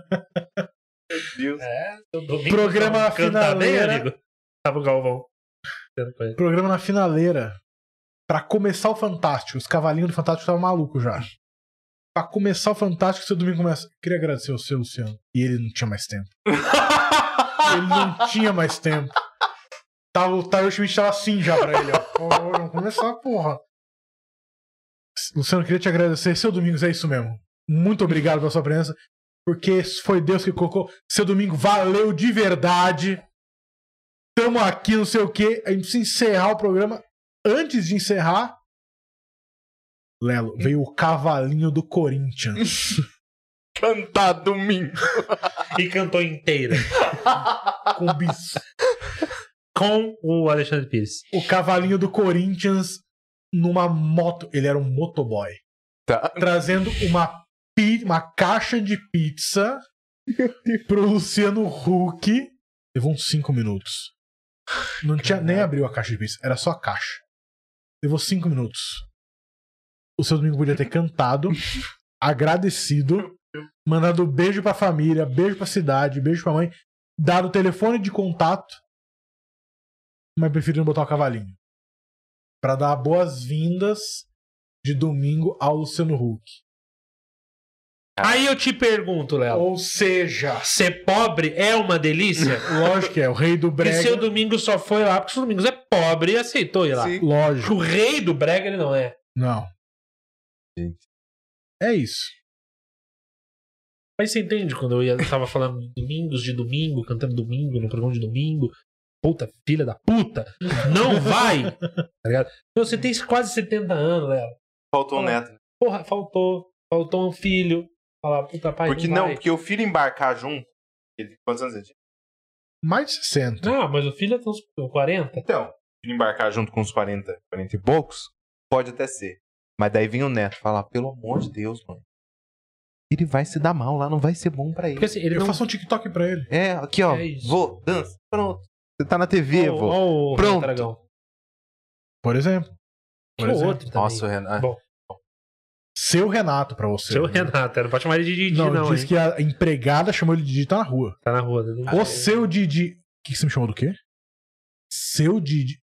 Speaker 3: Meu Deus.
Speaker 2: É, seu domingo.
Speaker 1: Programa né?
Speaker 2: tava cantar bem,
Speaker 1: finaleira.
Speaker 2: amigo. Tava o Galvão. Tendo com ele.
Speaker 1: Programa na finaleira. Pra começar o Fantástico. Os cavalinhos do Fantástico estavam malucos já. Pra começar o Fantástico, seu domingo começa. Queria agradecer ao seu, Luciano. E ele não tinha mais tempo. Ele não tinha mais tempo. Tava, o Tyler Schmidt tava assim já pra ele, ó. Ó, ó, Vamos começar, porra. Luciano, queria te agradecer. Seu Domingos, é isso mesmo. Muito obrigado pela sua presença. Porque foi Deus que colocou. Seu domingo valeu de verdade. Tamo aqui, não sei o quê. A gente precisa encerrar o programa. Antes de encerrar, Lelo, veio o cavalinho do Corinthians.
Speaker 3: Cantar domingo.
Speaker 2: E cantou inteira.
Speaker 1: com bis.
Speaker 2: com o Alexandre Pires.
Speaker 1: o cavalinho do Corinthians numa moto. Ele era um motoboy.
Speaker 3: Tá.
Speaker 1: Trazendo uma, pi- uma caixa de pizza pro Luciano Huck. Levou uns 5 minutos. Não tinha nem abriu a caixa de pizza, era só a caixa. Levou 5 minutos. O seu domingo podia ter cantado, agradecido, mandado beijo pra família, beijo pra cidade, beijo pra mãe, dado o telefone de contato, mas preferiram botar o cavalinho. Pra dar boas-vindas de domingo ao Luciano Huck. Tá.
Speaker 2: Aí eu te pergunto, Léo.
Speaker 1: Ou seja,
Speaker 2: Ser pobre é uma delícia?
Speaker 1: lógico que é, o rei do
Speaker 2: Porque
Speaker 1: brega.
Speaker 2: seu domingo só foi lá porque o seu domingo é pobre e aceitou ir lá.
Speaker 3: Sim.
Speaker 1: Lógico,
Speaker 2: O rei do brega ele não é.
Speaker 1: não.
Speaker 3: Gente.
Speaker 1: É isso.
Speaker 2: Mas você entende quando eu ia, eu tava falando de domingos de domingo, cantando domingo, no programa de domingo. Puta, filha da puta, não vai! tá ligado? Meu, você tem quase 70 anos, Léo.
Speaker 3: Faltou um neto.
Speaker 2: Porra, faltou. Faltou um filho. Falar, puta, pai,
Speaker 3: Porque
Speaker 2: não,
Speaker 3: não,
Speaker 2: vai.
Speaker 3: porque o filho embarcar junto. Ele, quantos anos ele tinha?
Speaker 1: Mais de 60.
Speaker 2: Não, mas o filho é uns 40.
Speaker 3: Então, o filho embarcar junto com uns 40, 40 e poucos, pode até ser. Mas daí vem o neto falar, pelo amor de Deus, mano. Ele vai se dar mal lá, não vai ser bom pra
Speaker 2: Porque
Speaker 3: ele.
Speaker 2: assim, ele
Speaker 1: Eu
Speaker 2: não...
Speaker 1: faço um TikTok pra ele.
Speaker 3: É, aqui ó,
Speaker 2: É isso.
Speaker 3: vou, dança, pronto. Você tá na TV,
Speaker 2: Ó,
Speaker 3: vô.
Speaker 2: ó o
Speaker 3: Pronto.
Speaker 2: Dragão.
Speaker 1: Por exemplo. Por
Speaker 2: Ou
Speaker 1: exemplo.
Speaker 2: outro também.
Speaker 3: Nossa, o Renan.
Speaker 2: Bom,
Speaker 1: Seu Renato pra você.
Speaker 2: Seu Renato, não pode chamar ele de Didi,
Speaker 1: Não,
Speaker 2: não,
Speaker 1: diz
Speaker 2: hein?
Speaker 1: que é a empregada chamou ele de Didi tá na rua.
Speaker 2: Tá na rua. Né?
Speaker 1: o seu Didi. O que que você me chamou do quê? Seu Didi.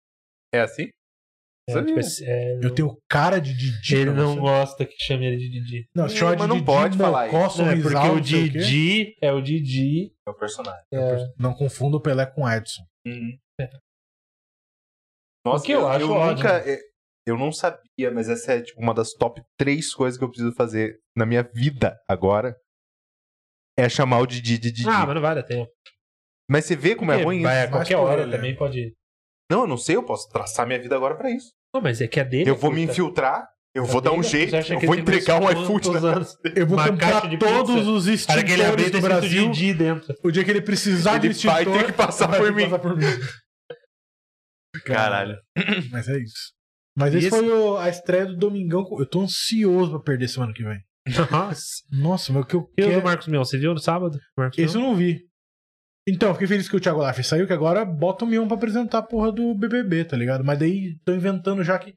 Speaker 3: É assim?
Speaker 2: É, tipo, esse- é,
Speaker 1: Eu tenho cara de Didi.
Speaker 2: ele
Speaker 1: pra
Speaker 2: não
Speaker 1: você.
Speaker 2: gosta que chame ele de Didi.
Speaker 1: Não, você chama
Speaker 3: É, Mas
Speaker 1: de
Speaker 3: não
Speaker 1: Didi,
Speaker 3: pode falar
Speaker 1: Mocó,
Speaker 2: Não, é
Speaker 1: Sorrisal,
Speaker 2: porque o
Speaker 1: não sei quê.
Speaker 2: Didi é o Didi.
Speaker 3: É o personagem.
Speaker 1: Não confunda o Pelé com o Edson.
Speaker 3: Uhum. Nossa,
Speaker 2: O que É. eu acho
Speaker 3: nunca. é, Eu não sabia, mas essa é tipo, uma das top três coisas que eu preciso fazer na minha vida agora. É chamar o Didi de Didi.
Speaker 2: Ah, mas não vai dar tempo.
Speaker 3: Mas você vê como é
Speaker 2: Porque
Speaker 3: ruim
Speaker 2: Vai
Speaker 1: isso.
Speaker 2: a qualquer
Speaker 1: Mas por
Speaker 2: hora
Speaker 1: ele,
Speaker 2: também pode.
Speaker 3: Não, eu não sei, eu posso traçar minha vida agora pra isso.
Speaker 2: Não, mas é que a dele.
Speaker 3: Eu
Speaker 2: é
Speaker 3: vou me
Speaker 2: curta.
Speaker 3: infiltrar, eu
Speaker 2: A
Speaker 3: vou dar
Speaker 2: dele
Speaker 3: um
Speaker 2: é-
Speaker 3: jeito,
Speaker 2: você acha
Speaker 3: eu
Speaker 2: que
Speaker 3: vou
Speaker 2: ele tem
Speaker 3: entregar um
Speaker 2: quantos
Speaker 3: iFood. na-
Speaker 2: anos?
Speaker 1: Eu vou
Speaker 2: Uma caixa
Speaker 1: comprar
Speaker 2: de
Speaker 1: todos
Speaker 2: pizza.
Speaker 1: os
Speaker 2: Cara, que
Speaker 1: extintores
Speaker 2: ele abriu
Speaker 1: do
Speaker 2: tem escrito
Speaker 1: Brasil.
Speaker 2: Didi dentro. tá
Speaker 1: O dia que ele precisar
Speaker 3: Ele
Speaker 1: de extintor,
Speaker 3: vai ter que passar
Speaker 1: vai
Speaker 3: por
Speaker 1: ter que
Speaker 3: mim.
Speaker 1: passar por mim.
Speaker 3: Caralho.
Speaker 1: Mas é isso. Mas
Speaker 2: E
Speaker 1: esse,
Speaker 2: esse-
Speaker 1: foi o- a estreia do Domingão. Eu tô ansioso pra perder semana que vem.
Speaker 2: Nossa. é?
Speaker 1: Nossa, mas o que eu
Speaker 2: E o do
Speaker 1: quero...
Speaker 2: Marcos Mion, você viu no sábado? Marcos
Speaker 1: Esse
Speaker 2: Mion?
Speaker 1: eu não vi. Então, eu fiquei feliz que o Thiago Laff saiu, que agora bota o Mion pra apresentar a porra do BBB, tá ligado? Mas daí tô inventando já que...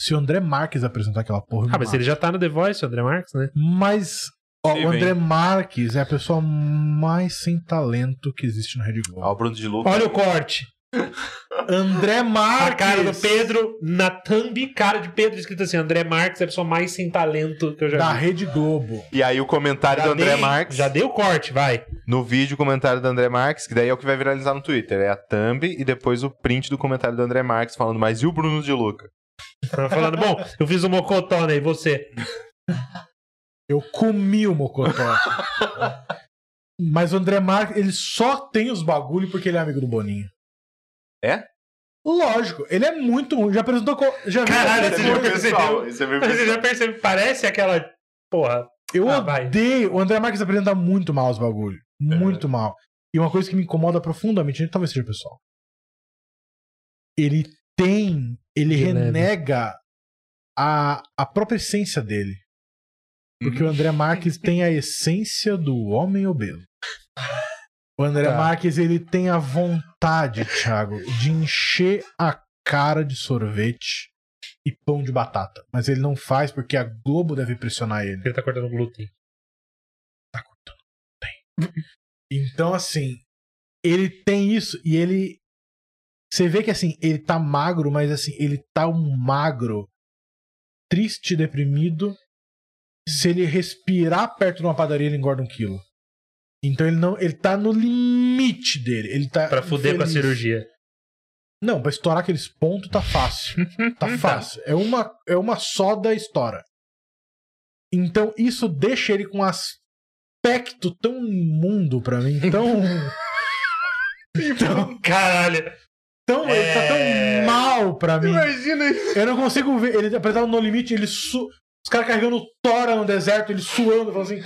Speaker 1: Se o André Marques apresentar aquela porra... eu me
Speaker 2: Ah, mas
Speaker 1: mato.
Speaker 2: ele já tá no The Voice, o André Marques, né?
Speaker 1: Mas... ó,
Speaker 3: Ele
Speaker 1: o
Speaker 3: vem.
Speaker 1: André Marques é a pessoa mais sem talento que existe no Rede Globo.
Speaker 3: Ó, o Bruno de Luca.
Speaker 2: Olha o corte.
Speaker 1: André Marques!
Speaker 2: A cara do Pedro, na thumb, cara de Pedro, escrito assim: André Marques é a pessoa mais sem talento que eu já
Speaker 1: Da
Speaker 2: vi.
Speaker 1: Rede Globo.
Speaker 3: E aí o comentário do André
Speaker 2: dei-
Speaker 3: Marques.
Speaker 2: Já deu corte, vai.
Speaker 3: No vídeo, o comentário do André Marques, que daí é o que vai viralizar no Twitter. É a thumb e depois o print do comentário do André Marques falando, mas e o Bruno de Luca?
Speaker 2: Tava Falando, bom, eu fiz um mocotó, né? E você?
Speaker 1: Eu comi o Mocotó. Mas o André Marques, ele só tem os bagulho porque ele é amigo do Boninho.
Speaker 3: É?
Speaker 1: Lógico, ele é muito ruim. Já apresentou. co- Já viu
Speaker 2: Caralho,
Speaker 1: qualquer
Speaker 2: esse já
Speaker 1: coisa.
Speaker 2: percebeu?
Speaker 3: Esse é meu
Speaker 2: Mas você
Speaker 3: pessoal.
Speaker 2: já percebe, parece aquela. Porra.
Speaker 1: Eu
Speaker 2: Ah, vai. É.
Speaker 1: odeio. O André Marques apresenta muito mal os bagulho. Muito mal. E uma coisa que me incomoda profundamente, talvez seja pessoal. ele tem, ele
Speaker 2: De é leve.
Speaker 1: renega a, a própria essência dele. Porque
Speaker 2: Uhum.
Speaker 1: o André Marques tem a essência do homem obeso. O André
Speaker 3: Tá.
Speaker 1: Marques, ele tem a vontade, Thiago, de encher a cara de sorvete e pão de batata. Mas ele não faz porque a Globo deve pressionar ele.
Speaker 2: Ele tá cortando glúten.
Speaker 1: Então, assim, ele tem isso e ele. Você vê que, assim, ele tá magro, mas, assim, ele tá um magro triste, deprimido. Se ele respirar perto de uma padaria, ele engorda um quilo. Então ele não. Ele tá no limite dele. Ele tá.
Speaker 2: Pra fuder com a
Speaker 1: infeliz.
Speaker 2: cirurgia.
Speaker 1: Não, pra estourar aqueles pontos tá fácil. Tá fácil. É uma, é uma soda estoura. Então isso deixa ele com um aspecto tão imundo pra mim, tão. tão,
Speaker 2: Caralho!
Speaker 1: tão Ele tá
Speaker 2: É.
Speaker 1: tão mal pra mim.
Speaker 3: Imagina isso.
Speaker 1: Eu não consigo ver. Ele, apesar do No Limite, ele su... Os caras carregando tora no deserto, ele suando, falando assim.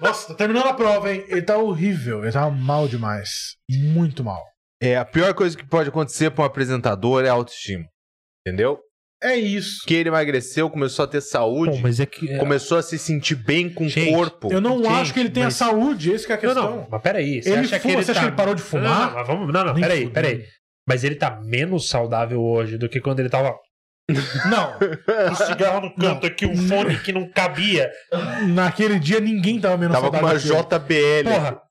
Speaker 1: Nossa, tá terminando a prova, hein? Ele tá horrível, ele tá mal demais. Muito mal.
Speaker 3: É, a pior coisa que pode acontecer pra um apresentador é a autoestima. Entendeu?
Speaker 1: É isso.
Speaker 3: Que ele emagreceu, começou a ter saúde,
Speaker 2: Bom, mas é que. é-
Speaker 3: começou a se sentir bem com
Speaker 2: Gente,
Speaker 3: o corpo.
Speaker 1: Eu não
Speaker 2: Gente,
Speaker 1: acho que ele tenha
Speaker 2: mas-
Speaker 1: saúde, essa que é a
Speaker 2: Não,
Speaker 1: questão.
Speaker 2: não, mas peraí. Você
Speaker 1: Ele
Speaker 2: acha que
Speaker 1: fuma,
Speaker 2: ele
Speaker 1: você
Speaker 2: tá...
Speaker 1: acha que ele parou de fumar?
Speaker 2: Não, não, mas vamos... não, não
Speaker 1: Nem
Speaker 2: peraí,
Speaker 1: fudendo.
Speaker 2: peraí. Mas ele tá menos saudável hoje do que quando ele tava.
Speaker 1: Não.
Speaker 2: Um cigarro no canto aqui, um fone que não cabia.
Speaker 1: Naquele dia ninguém tava menos
Speaker 3: Tava com uma
Speaker 1: saudável que eu.
Speaker 3: JBL.
Speaker 2: Porra.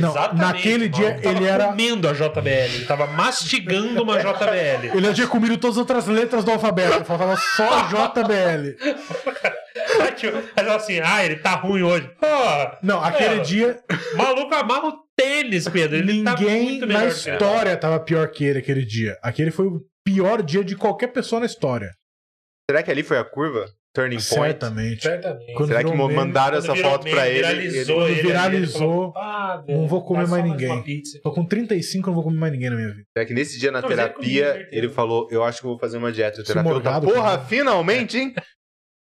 Speaker 1: Não,
Speaker 2: Exatamente.
Speaker 1: naquele dia
Speaker 2: mano. tava
Speaker 1: ele era-
Speaker 2: comendo a JBL, ele tava mastigando uma JBL.
Speaker 1: Ele tinha comido todas as outras letras do alfabeto, faltava só JBL.
Speaker 2: Aí, tipo, Aí ela assim, ah, ele tá ruim hoje. Porra,
Speaker 1: Não, aquele
Speaker 2: Ela.
Speaker 1: dia
Speaker 2: maluco amarra o tênis, Pedro. Ele tá
Speaker 1: ninguém
Speaker 2: muito
Speaker 1: na
Speaker 2: melhor que ela.
Speaker 1: história tava pior que ele aquele dia. Aquele foi o pior dia de qualquer pessoa na história.
Speaker 3: Será que ali foi a curva? Turning point?
Speaker 1: Certamente.
Speaker 2: Certamente.
Speaker 1: Quando
Speaker 3: Será que
Speaker 1: virou meme,
Speaker 3: mandaram
Speaker 2: Quando
Speaker 3: essa
Speaker 2: virou
Speaker 3: foto
Speaker 2: meme,
Speaker 3: pra ele?
Speaker 2: viralizou
Speaker 3: ele-
Speaker 2: ele, é ali,
Speaker 1: Viralizou.
Speaker 2: ele falou, "Ah, velho,
Speaker 1: Não vou comer
Speaker 2: dá só
Speaker 1: mais
Speaker 2: uma
Speaker 1: ninguém."
Speaker 2: pizza."
Speaker 1: Tô com 35, não vou comer mais ninguém na minha vida.
Speaker 3: Será É que nesse dia na
Speaker 2: Não, mas é ele comia,
Speaker 3: terapia
Speaker 2: certeza.
Speaker 3: ele falou: Eu acho que eu vou fazer uma dieta. O
Speaker 1: Esse
Speaker 3: terapeuta,
Speaker 1: morgado,
Speaker 3: porra,
Speaker 1: cara.
Speaker 3: finalmente, hein?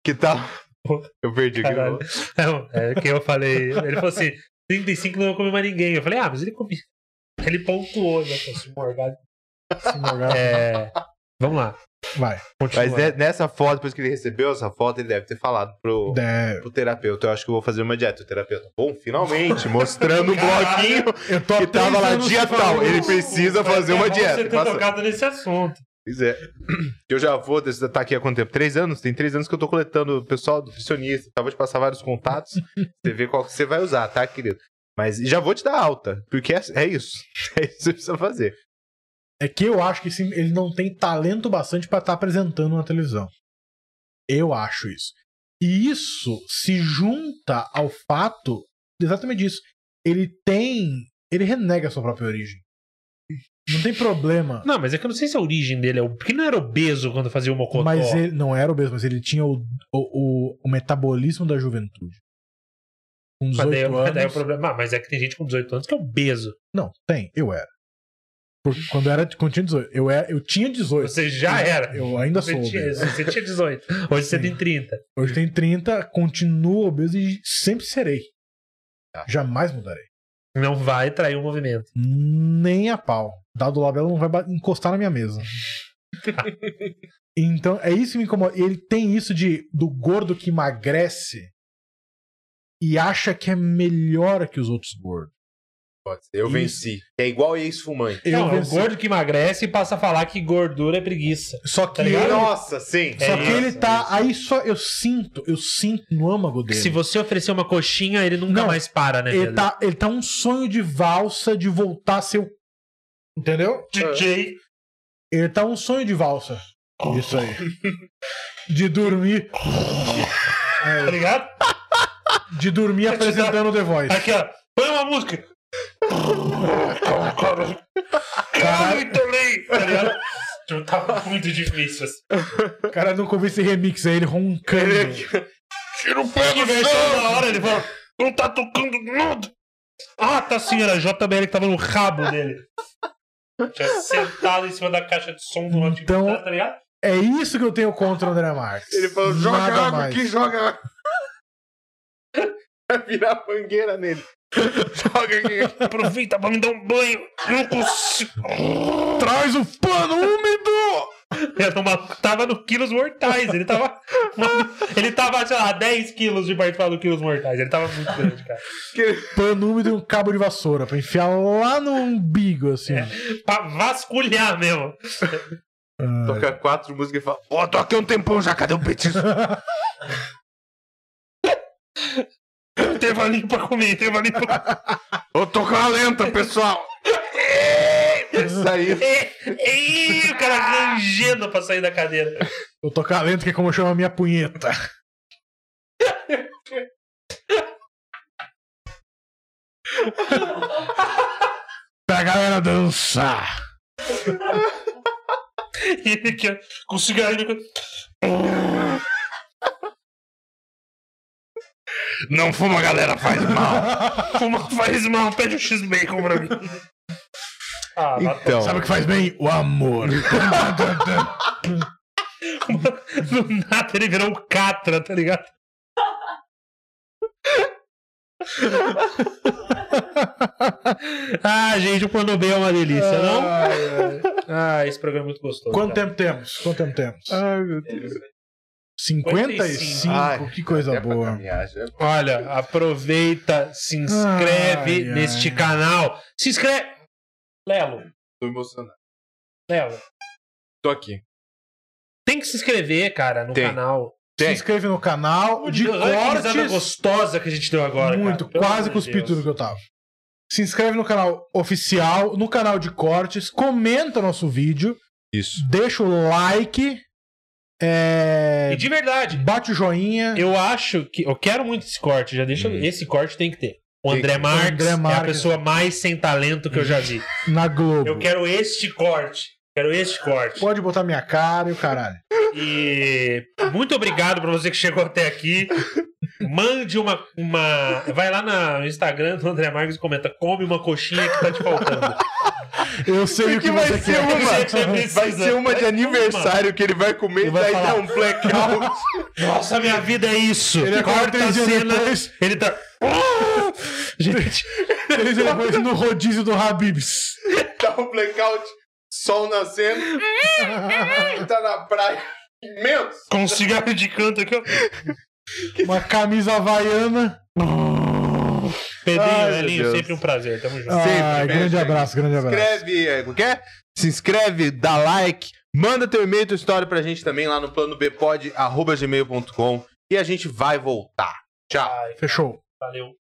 Speaker 3: Que tal? Eu perdi o que eu-
Speaker 2: Caralho. Não, é que eu falei. Ele falou assim: 35 não vou comer mais ninguém. Eu falei, ah, mas ele comia. Ele pontuou, né? pô, Se morgado.
Speaker 1: Esse morgado-
Speaker 2: É. Vamos lá.
Speaker 1: Vai.
Speaker 2: Continua.
Speaker 3: Mas é, ne- nessa foto, depois que ele recebeu essa foto, ele deve ter falado pro,
Speaker 1: É,
Speaker 3: pro terapeuta: Eu acho que eu vou fazer uma dieta. O terapeuta, bom, finalmente, mostrando o bloquinho
Speaker 1: eu tô há
Speaker 3: que
Speaker 1: três
Speaker 3: tava lá
Speaker 1: anos
Speaker 3: dia
Speaker 1: sem falar
Speaker 3: tal. Ele
Speaker 1: isso.
Speaker 3: precisa
Speaker 2: Mas
Speaker 3: fazer
Speaker 2: é
Speaker 3: uma
Speaker 2: bom Você
Speaker 3: dieta.
Speaker 2: ter
Speaker 3: Passa-
Speaker 2: tocado nesse assunto.
Speaker 3: Pois é. Eu já vou, desse- tá aqui há quanto tempo? Três anos? Tem três anos que eu tô coletando o pessoal, nutricionista. Tá, vou te passar vários contatos. você vê qual que você vai usar, tá, querido? Mas já vou te dar alta, porque é, é isso. É isso que você precisa fazer.
Speaker 1: É que eu acho que sim, ele não tem talento bastante pra estar apresentando na televisão. Eu acho isso. E isso se junta ao fato exatamente isso. Ele tem. Ele renega a sua própria origem. Não tem problema.
Speaker 2: Não, mas é que eu não sei se a origem dele é. o- Porque não era obeso quando fazia o mocotó.
Speaker 1: Mas ele não era obeso, mas ele tinha o, o, o- o metabolismo da juventude. Com
Speaker 2: Mas
Speaker 1: 18
Speaker 2: daí, mas daí é o
Speaker 1: anos.
Speaker 2: problema. Ah, mas é que tem gente com 18 anos que é obeso.
Speaker 1: Não, tem, eu era. Porque quando eu era. Quando eu tinha 18. Eu, era, eu tinha 18.
Speaker 2: Você já era.
Speaker 1: é. Eu ainda
Speaker 2: Você
Speaker 1: sou.
Speaker 2: tinha,
Speaker 1: obeso.
Speaker 2: você tinha 18. Hoje você
Speaker 1: Sim.
Speaker 2: tem 30.
Speaker 1: Hoje tem 30, continuo obeso e sempre serei.
Speaker 3: Tá.
Speaker 1: Jamais mudarei.
Speaker 2: Não vai trair o movimento.
Speaker 1: Nem a pau. Dado Labella não vai ba- encostar na minha mesa. então, é isso que me incomoda. Ele tem isso de do gordo que emagrece e acha que é melhor que os outros gordos.
Speaker 3: Eu
Speaker 1: Isso.
Speaker 3: venci. É igual ex-fumante.
Speaker 1: Eu
Speaker 2: não, é o
Speaker 1: venci.
Speaker 2: gordo que emagrece e passa a falar que gordura é preguiça.
Speaker 1: Só que,
Speaker 2: Tá
Speaker 1: ele,
Speaker 2: ligado?
Speaker 3: Nossa, sim.
Speaker 1: só
Speaker 2: É
Speaker 1: que
Speaker 2: isso,
Speaker 1: ele tá. Aí só eu sinto, eu sinto no âmago
Speaker 2: Que
Speaker 1: dele.
Speaker 2: se você oferecer uma coxinha, ele nunca
Speaker 1: Não.
Speaker 2: mais para, né?
Speaker 1: ele,
Speaker 2: Pedro?
Speaker 1: tá, ele tá um sonho de valsa de voltar a ser o. Entendeu?
Speaker 2: DJ.
Speaker 1: Ele tá um sonho de valsa. Isso aí. De dormir.
Speaker 2: Tá ligado?
Speaker 1: De dormir apresentando o The Voice.
Speaker 2: Aqui, ó. Põe uma música. Cara,
Speaker 1: Caralho.
Speaker 2: muito lei. Tá ligado? Tipo, Tá muito difícil. assim.
Speaker 1: O cara nunca ouviu esse remix aí, ele roncando.
Speaker 2: Tira o pé do chão. Na hora ele fala, não tá tocando nada. Ah, tá sim, era a JBL que tava no rabo dele. Tinha sentado em cima da caixa de som do
Speaker 1: Então-
Speaker 2: notebook, tá ligado?
Speaker 1: É isso que eu tenho contra o André Marques.
Speaker 3: Ele falou: joga
Speaker 1: Nada
Speaker 3: água
Speaker 1: mais.
Speaker 3: aqui, joga água. Vai virar mangueira nele. Joga aqui.
Speaker 2: Aproveita pra me dar um banho. Não consigo.
Speaker 3: Traz o pano úmido!
Speaker 2: Era uma- tava no quilos mortais. Ele tava. ele tava, sei lá, 10 quilos de participar do quilos mortais. Ele tava muito grande, cara.
Speaker 3: Que-
Speaker 1: Pano úmido e um cabo de vassoura pra enfiar lá no umbigo, assim.
Speaker 2: Pra vasculhar mesmo.
Speaker 3: Toca quatro músicas e fala: Ó, tô aqui há um tempão já, cadê o petisco?
Speaker 2: Teve ali pra comer, teve ali pra comer.
Speaker 3: Ô, tô com a lenta, pessoal! Isso aí.
Speaker 2: Ei, ei, É, o cara rangendo pra sair da cadeira.
Speaker 1: Eu tô calento, que é como eu chamo a minha punheta. pra galera dançar.
Speaker 2: E ele aqui, ó, com o cigarrinho. com-
Speaker 3: Não fuma, galera, faz mal.
Speaker 2: Fuma, faz mal, pede um X-Bacon pra mim. Ah,
Speaker 3: Então,
Speaker 1: Sabe o que faz bem? O amor.
Speaker 2: Do nada ele virou um catra, tá ligado? ah, gente, o Planobel é uma delícia, não? Ah, esse programa é muito gostoso.
Speaker 1: Quanto
Speaker 2: cara.
Speaker 1: tempo temos? Quanto tempo temos?
Speaker 3: Ai, meu Deus.
Speaker 1: 55?
Speaker 3: Ai,
Speaker 1: que coisa
Speaker 3: até é pra
Speaker 1: Tá boa.
Speaker 3: caminhar, já.
Speaker 2: Olha, aproveita, se inscreve
Speaker 1: Ai, ai.
Speaker 2: neste canal. Se inscreve! Lelo,
Speaker 3: Tô emocionado.
Speaker 2: Lelo,
Speaker 3: Tô aqui.
Speaker 2: tem que se inscrever, cara, no
Speaker 3: Tem.
Speaker 2: canal.
Speaker 1: Se
Speaker 3: Tem.
Speaker 1: inscreve no canal de
Speaker 2: Organizada
Speaker 1: cortes.
Speaker 2: gostosa que a gente deu agora.
Speaker 1: Muito,
Speaker 2: cara. Pelo
Speaker 1: quase
Speaker 2: amor de
Speaker 1: cuspi
Speaker 2: Deus.
Speaker 1: tudo que eu tava. Se inscreve no canal oficial, no canal de cortes, comenta nosso vídeo,
Speaker 3: Isso.
Speaker 1: deixa o like, é,
Speaker 2: E de verdade,
Speaker 1: bate o joinha.
Speaker 2: Eu acho que. Eu quero muito esse corte. Já deixa.
Speaker 3: Hum.
Speaker 2: Esse corte tem que ter. O
Speaker 3: Tem
Speaker 2: André,
Speaker 3: que-
Speaker 2: Marques
Speaker 1: André
Speaker 2: é a
Speaker 1: Marques.
Speaker 2: pessoa mais sem talento que eu já vi.
Speaker 3: Uhum.
Speaker 1: na Globo.
Speaker 2: Eu quero este corte. Quero este corte.
Speaker 1: Pode botar minha cara e o caralho.
Speaker 2: E muito obrigado pra você que chegou até aqui. Mande uma. uma... Vai lá na- no Instagram do André Marques e comenta: come uma coxinha que tá te faltando.
Speaker 1: Eu sei o que você quer.
Speaker 2: uma- Eu sei que você precisa.
Speaker 3: Vai ser uma
Speaker 2: Vai
Speaker 3: de
Speaker 2: ser
Speaker 3: aniversário que ele vai comer
Speaker 1: né? Ele
Speaker 3: e
Speaker 1: vai
Speaker 3: daí
Speaker 1: falar.
Speaker 3: dá um blackout.
Speaker 2: Nossa, minha vida é isso.
Speaker 1: Ele acorda
Speaker 2: Corta a
Speaker 1: três dias
Speaker 2: cena.
Speaker 1: depois.
Speaker 2: Ele tá. Gente,
Speaker 1: Eles depois no rodízio do Habibs.
Speaker 3: Dá um blackout, sol nascendo, tá na praia. Imenso.
Speaker 2: com um cigarro de canto aqui, ó.
Speaker 1: Uma camisa havaiana.
Speaker 2: Pedrinho,
Speaker 3: Ai, meu
Speaker 2: Elinho,
Speaker 3: Deus.
Speaker 2: sempre um prazer. Tamo junto.
Speaker 1: Ah,
Speaker 3: Sempre,
Speaker 1: grande
Speaker 3: mestre.
Speaker 1: abraço, grande abraço.
Speaker 3: Escreve, é, como que é? Se inscreve, dá like, manda teu e-mail, tua história pra gente também lá no plano bpod@gmail.com e a gente vai voltar. Tchau.
Speaker 2: Ai,
Speaker 1: Fechou.
Speaker 2: valeu.